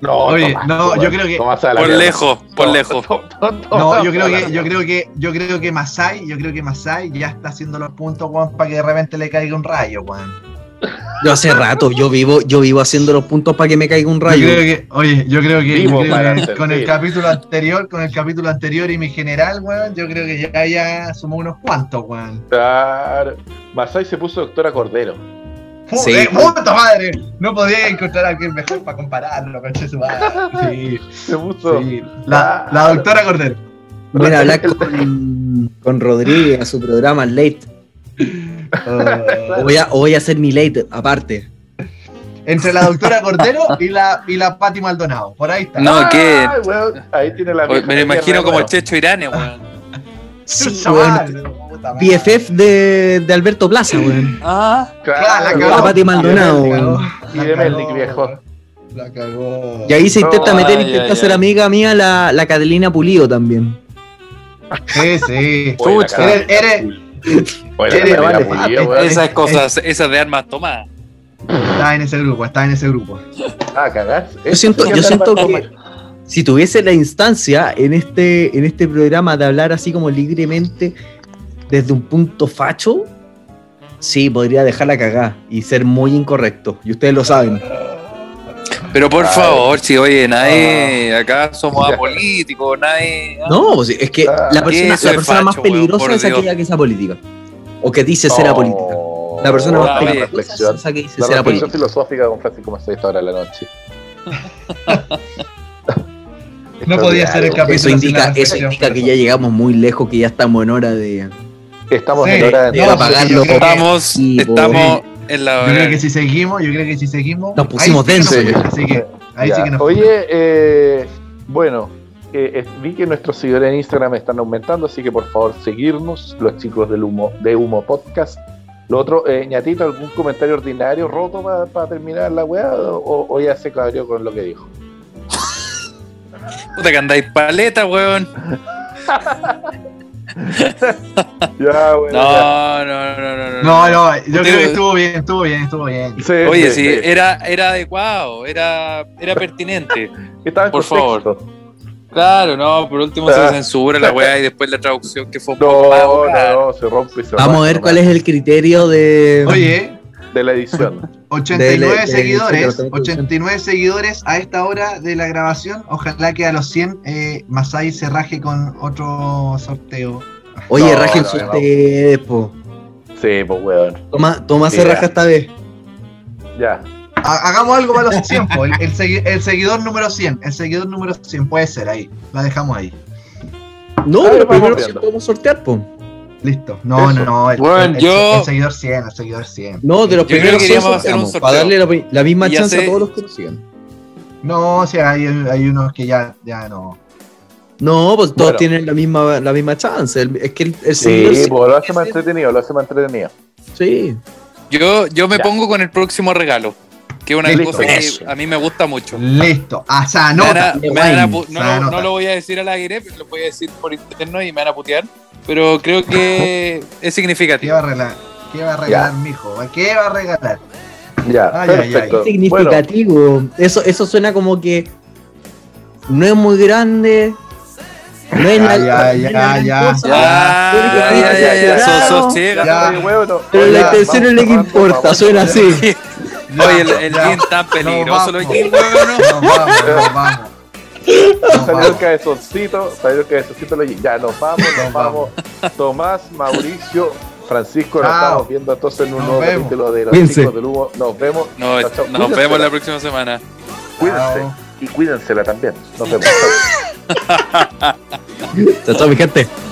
S2: No,
S1: Oye,
S2: Tomás,
S1: no,
S2: Tomás,
S1: yo creo que-
S2: Tomás a la
S4: Por
S2: mierda.
S4: lejos, por
S2: No,
S4: lejos.
S2: to- to- to-
S1: No, yo creo que, yo
S2: Tomás.
S1: creo que, yo creo que Masai, yo creo que Masai ya está haciendo los puntos, weón, para que de repente le caiga un rayo, weón.
S3: Yo hace rato, yo vivo, yo vivo haciendo los puntos para que me caiga un
S1: Yo creo
S3: rayo.
S1: que, oye, yo creo que, yo
S2: Vivo
S1: creo
S2: para
S1: que
S2: sentir.
S1: con el capítulo anterior, con el capítulo anterior y mi general, weón, yo creo que ya, ya sumó unos cuantos, weón.
S2: Claro. Masai se puso doctora Cordero.
S3: Sí.
S1: Joder, puta madre. No podía encontrar a alguien mejor para compararlo, coche su madre. Sí,
S2: Se puso.
S1: sí. La, la doctora Cordero.
S3: Voy a hablar con, con Rodríguez a su programa Late.
S1: Oh.
S3: O voy a, o voy a hacer mi late aparte.
S1: entre la doctora Cordero y la, y la Pati Maldonado. Por ahí está.
S4: No, que.
S2: Ay, weón, ahí tiene la.
S4: Me
S2: vieja
S4: lo imagino
S2: mierda,
S4: como el
S2: weón.
S4: Checho Irane, weón.
S3: Sí,
S1: chaval,
S3: weón.
S1: puta madre.
S3: BFF de, de Alberto Plaza, weón.
S4: Ah,
S1: Claro, la
S3: La
S1: cagó.
S3: Pati Maldonado,
S1: La cagó.
S3: weón.
S1: La
S2: Y de
S1: cagó,
S2: Melnik, viejo.
S1: La cagó.
S3: Y ahí se intenta
S2: No,
S3: meter,
S4: ay,
S3: intenta
S4: ay,
S3: ser
S4: ay.
S3: amiga mía la, la Catalina Pulido también.
S1: Sí, sí.
S2: Oye, la
S4: Chucha.
S2: cara de
S1: Eres- eres-
S2: Oye, la
S1: eres-
S2: cara de la
S1: vale.
S2: pulido,
S1: Ah,
S2: weón.
S1: es-
S4: esas cosas, esas de armas tomadas.
S1: Está en ese grupo, está en ese grupo.
S2: Ah, cagás.
S3: Yo siento, yo siento que si tuviese la instancia en este, en este programa de hablar así como libremente desde un punto facho, sí, podría dejarla cagada y ser muy incorrecto. Y ustedes lo saben.
S4: Pero por
S2: Ay.
S4: favor, si oye, nadie. Acá somos apolíticos, nadie.
S3: No, pues, es que
S2: Ah,
S3: la persona,
S4: eso
S3: la
S4: es
S3: persona más
S4: facho, weón,
S3: peligrosa
S4: por
S3: es
S4: Dios.
S3: aquella que es apolítica. O que dice ser apolítica. La persona
S4: Ah,
S3: más
S4: oye,
S3: peligrosa es esa que dice
S2: La
S3: ser
S2: Oh. reflexión
S3: apolítica.
S2: filosófica con Francisco Macei ahora en la noche.
S1: No podía ser el capítulo.
S3: Eso
S1: sin la
S3: indica, eso
S1: reflexión
S3: indica que ya llegamos muy lejos, que ya estamos en hora de...
S2: Estamos
S1: Sí,
S2: en hora
S3: de
S2: de.
S1: no,
S3: apagar
S1: sí, yo
S3: los
S1: creo que-
S4: Estamos,
S3: Sí,
S4: estamos en la.
S1: Yo creo que si seguimos, yo creo que si seguimos.
S3: Nos pusimos
S1: ahí sí que nos
S2: densos.
S1: fuimos, Así que, ahí
S2: Ya.
S1: sí que nos
S2: Oye, eh, bueno, eh, eh, vi que nuestros seguidores en Instagram están aumentando, así que por favor seguirnos, los chicos del humo, de Humo Podcast. Lo otro, eh, ñatito, ¿algún comentario ordinario roto para terminar la weá? O, o ya se cabrió con lo que dijo?
S4: Puta que andáis paleta, weón.
S2: Ya, bueno. ya.
S4: No, no, no, no. no.
S1: No, no, yo
S4: Usted-
S1: creo que estuvo bien, estuvo bien, estuvo bien.
S2: Sí,
S4: Oye,
S2: sí,
S4: sí, eh,
S2: sí.
S4: era, era adecuado, era, era pertinente.
S2: Estaba en
S4: por
S2: contexto.
S4: Claro, no, por último
S2: Ah.
S4: se censura la weá y después la traducción que fue un poco más
S2: No,
S4: abogada.
S2: no, no, se rompe. Se
S3: Vamos a
S2: rompe
S3: ver cuál
S2: nomás
S3: es el criterio de...
S1: Oye,
S2: De la edición.
S1: 89
S3: Dele, dele,
S1: seguidores,
S3: dele, dele.
S1: 89 seguidores a esta hora de la grabación. Ojalá que a los 100 eh, Masai se raje con otro sorteo.
S3: Oye,
S2: No,
S3: rajen
S2: no,
S3: sus
S2: no.
S3: ustedes, po.
S2: Sí, pues, weón.
S3: Toma, toma se
S2: Mira.
S3: raja esta vez.
S2: Ya.
S1: Ha- hagamos algo para los 100, po. el, el segui- el seguidor número 100, el seguidor número 100 puede ser ahí. La dejamos ahí.
S3: No,
S2: Ahí
S3: pero
S2: vamos
S3: primero
S2: viendo.
S3: sí podemos sortear, po.
S1: Listo. No,
S2: Eso.
S1: no, no. El,
S4: Bueno,
S1: el- el-
S4: yo-
S1: el seguidor 100, el seguidor 100.
S3: No, de los
S4: Yo creo
S3: primeros
S4: que
S3: sí
S4: queríamos hacer un
S3: sorteamos,
S4: sorteo.
S3: Para darle la, la misma
S4: Y ya
S3: chance
S4: sé-
S3: a todos los que nos sigan.
S1: No, si hay, hay unos que ya, ya no.
S3: No, pues todos
S2: Bueno.
S3: tienen la misma, la misma chance. El- es que el, el
S2: Sí,
S3: seguidor sí-
S2: pues, lo hace más entretenido, lo hace más entretenido.
S3: sí.
S4: Yo, yo me
S2: Ya.
S4: pongo con el próximo regalo. que es una
S1: Listo.
S4: cosa
S2: Eso.
S4: que a mí me gusta mucho.
S1: Listo. Ah, se
S4: Me
S1: anota.
S4: van a- me van a pu- no,
S1: Se
S4: lo-
S1: anota.
S4: no lo voy a decir al aire, pero lo voy a decir por interno y me van a putear. Pero creo que es
S1: ¿Qué
S4: significativo.
S1: va a regalar? ¿Qué va a regalar, mijo? ¿Qué va a regalar?
S2: Ya,
S1: Ay, ay,
S2: perfecto. Bueno,
S3: Significativo. Eso, eso suena como que no es muy grande. No es
S1: Ya, ya,
S3: la- no es
S1: ya,
S3: la gran
S1: ya,
S3: cosa,
S4: Ya,
S3: Pero-
S4: Ah, ya, ya, ya,
S3: Claro.
S4: sos- sos ciega.
S1: Ya.
S2: oye, huevón,
S3: Pero la
S1: Ya,
S3: intención
S2: vamos
S3: es la que
S2: cerrando,
S3: importa,
S2: vamos
S3: suena así.
S4: Oye, el, el
S1: Ya.
S4: jean tan peligroso lo
S1: No,
S4: dije, weón, ¿no?
S1: Nos vamos, nos vamos. Nos
S2: Salió el
S1: vamos.
S2: cabezoncito, salió el cabezoncito, le- ya nos vamos, nos
S1: Nos
S2: vamos. Tomás, Mauricio, Francisco, nos
S1: Chao.
S2: estamos viendo entonces en un
S1: Nos
S2: nuevo
S1: vemos.
S2: capítulo de los
S3: Cuídense.
S2: chicos del humo. Nos vemos.
S4: No,
S2: Chao, chao.
S4: nos vemos
S2: Cuídensela,
S4: la próxima semana.
S2: Cuídense.
S1: Chao.
S2: Y cuídensela también. Nos vemos. Chao.
S3: Chao, chao, mi gente.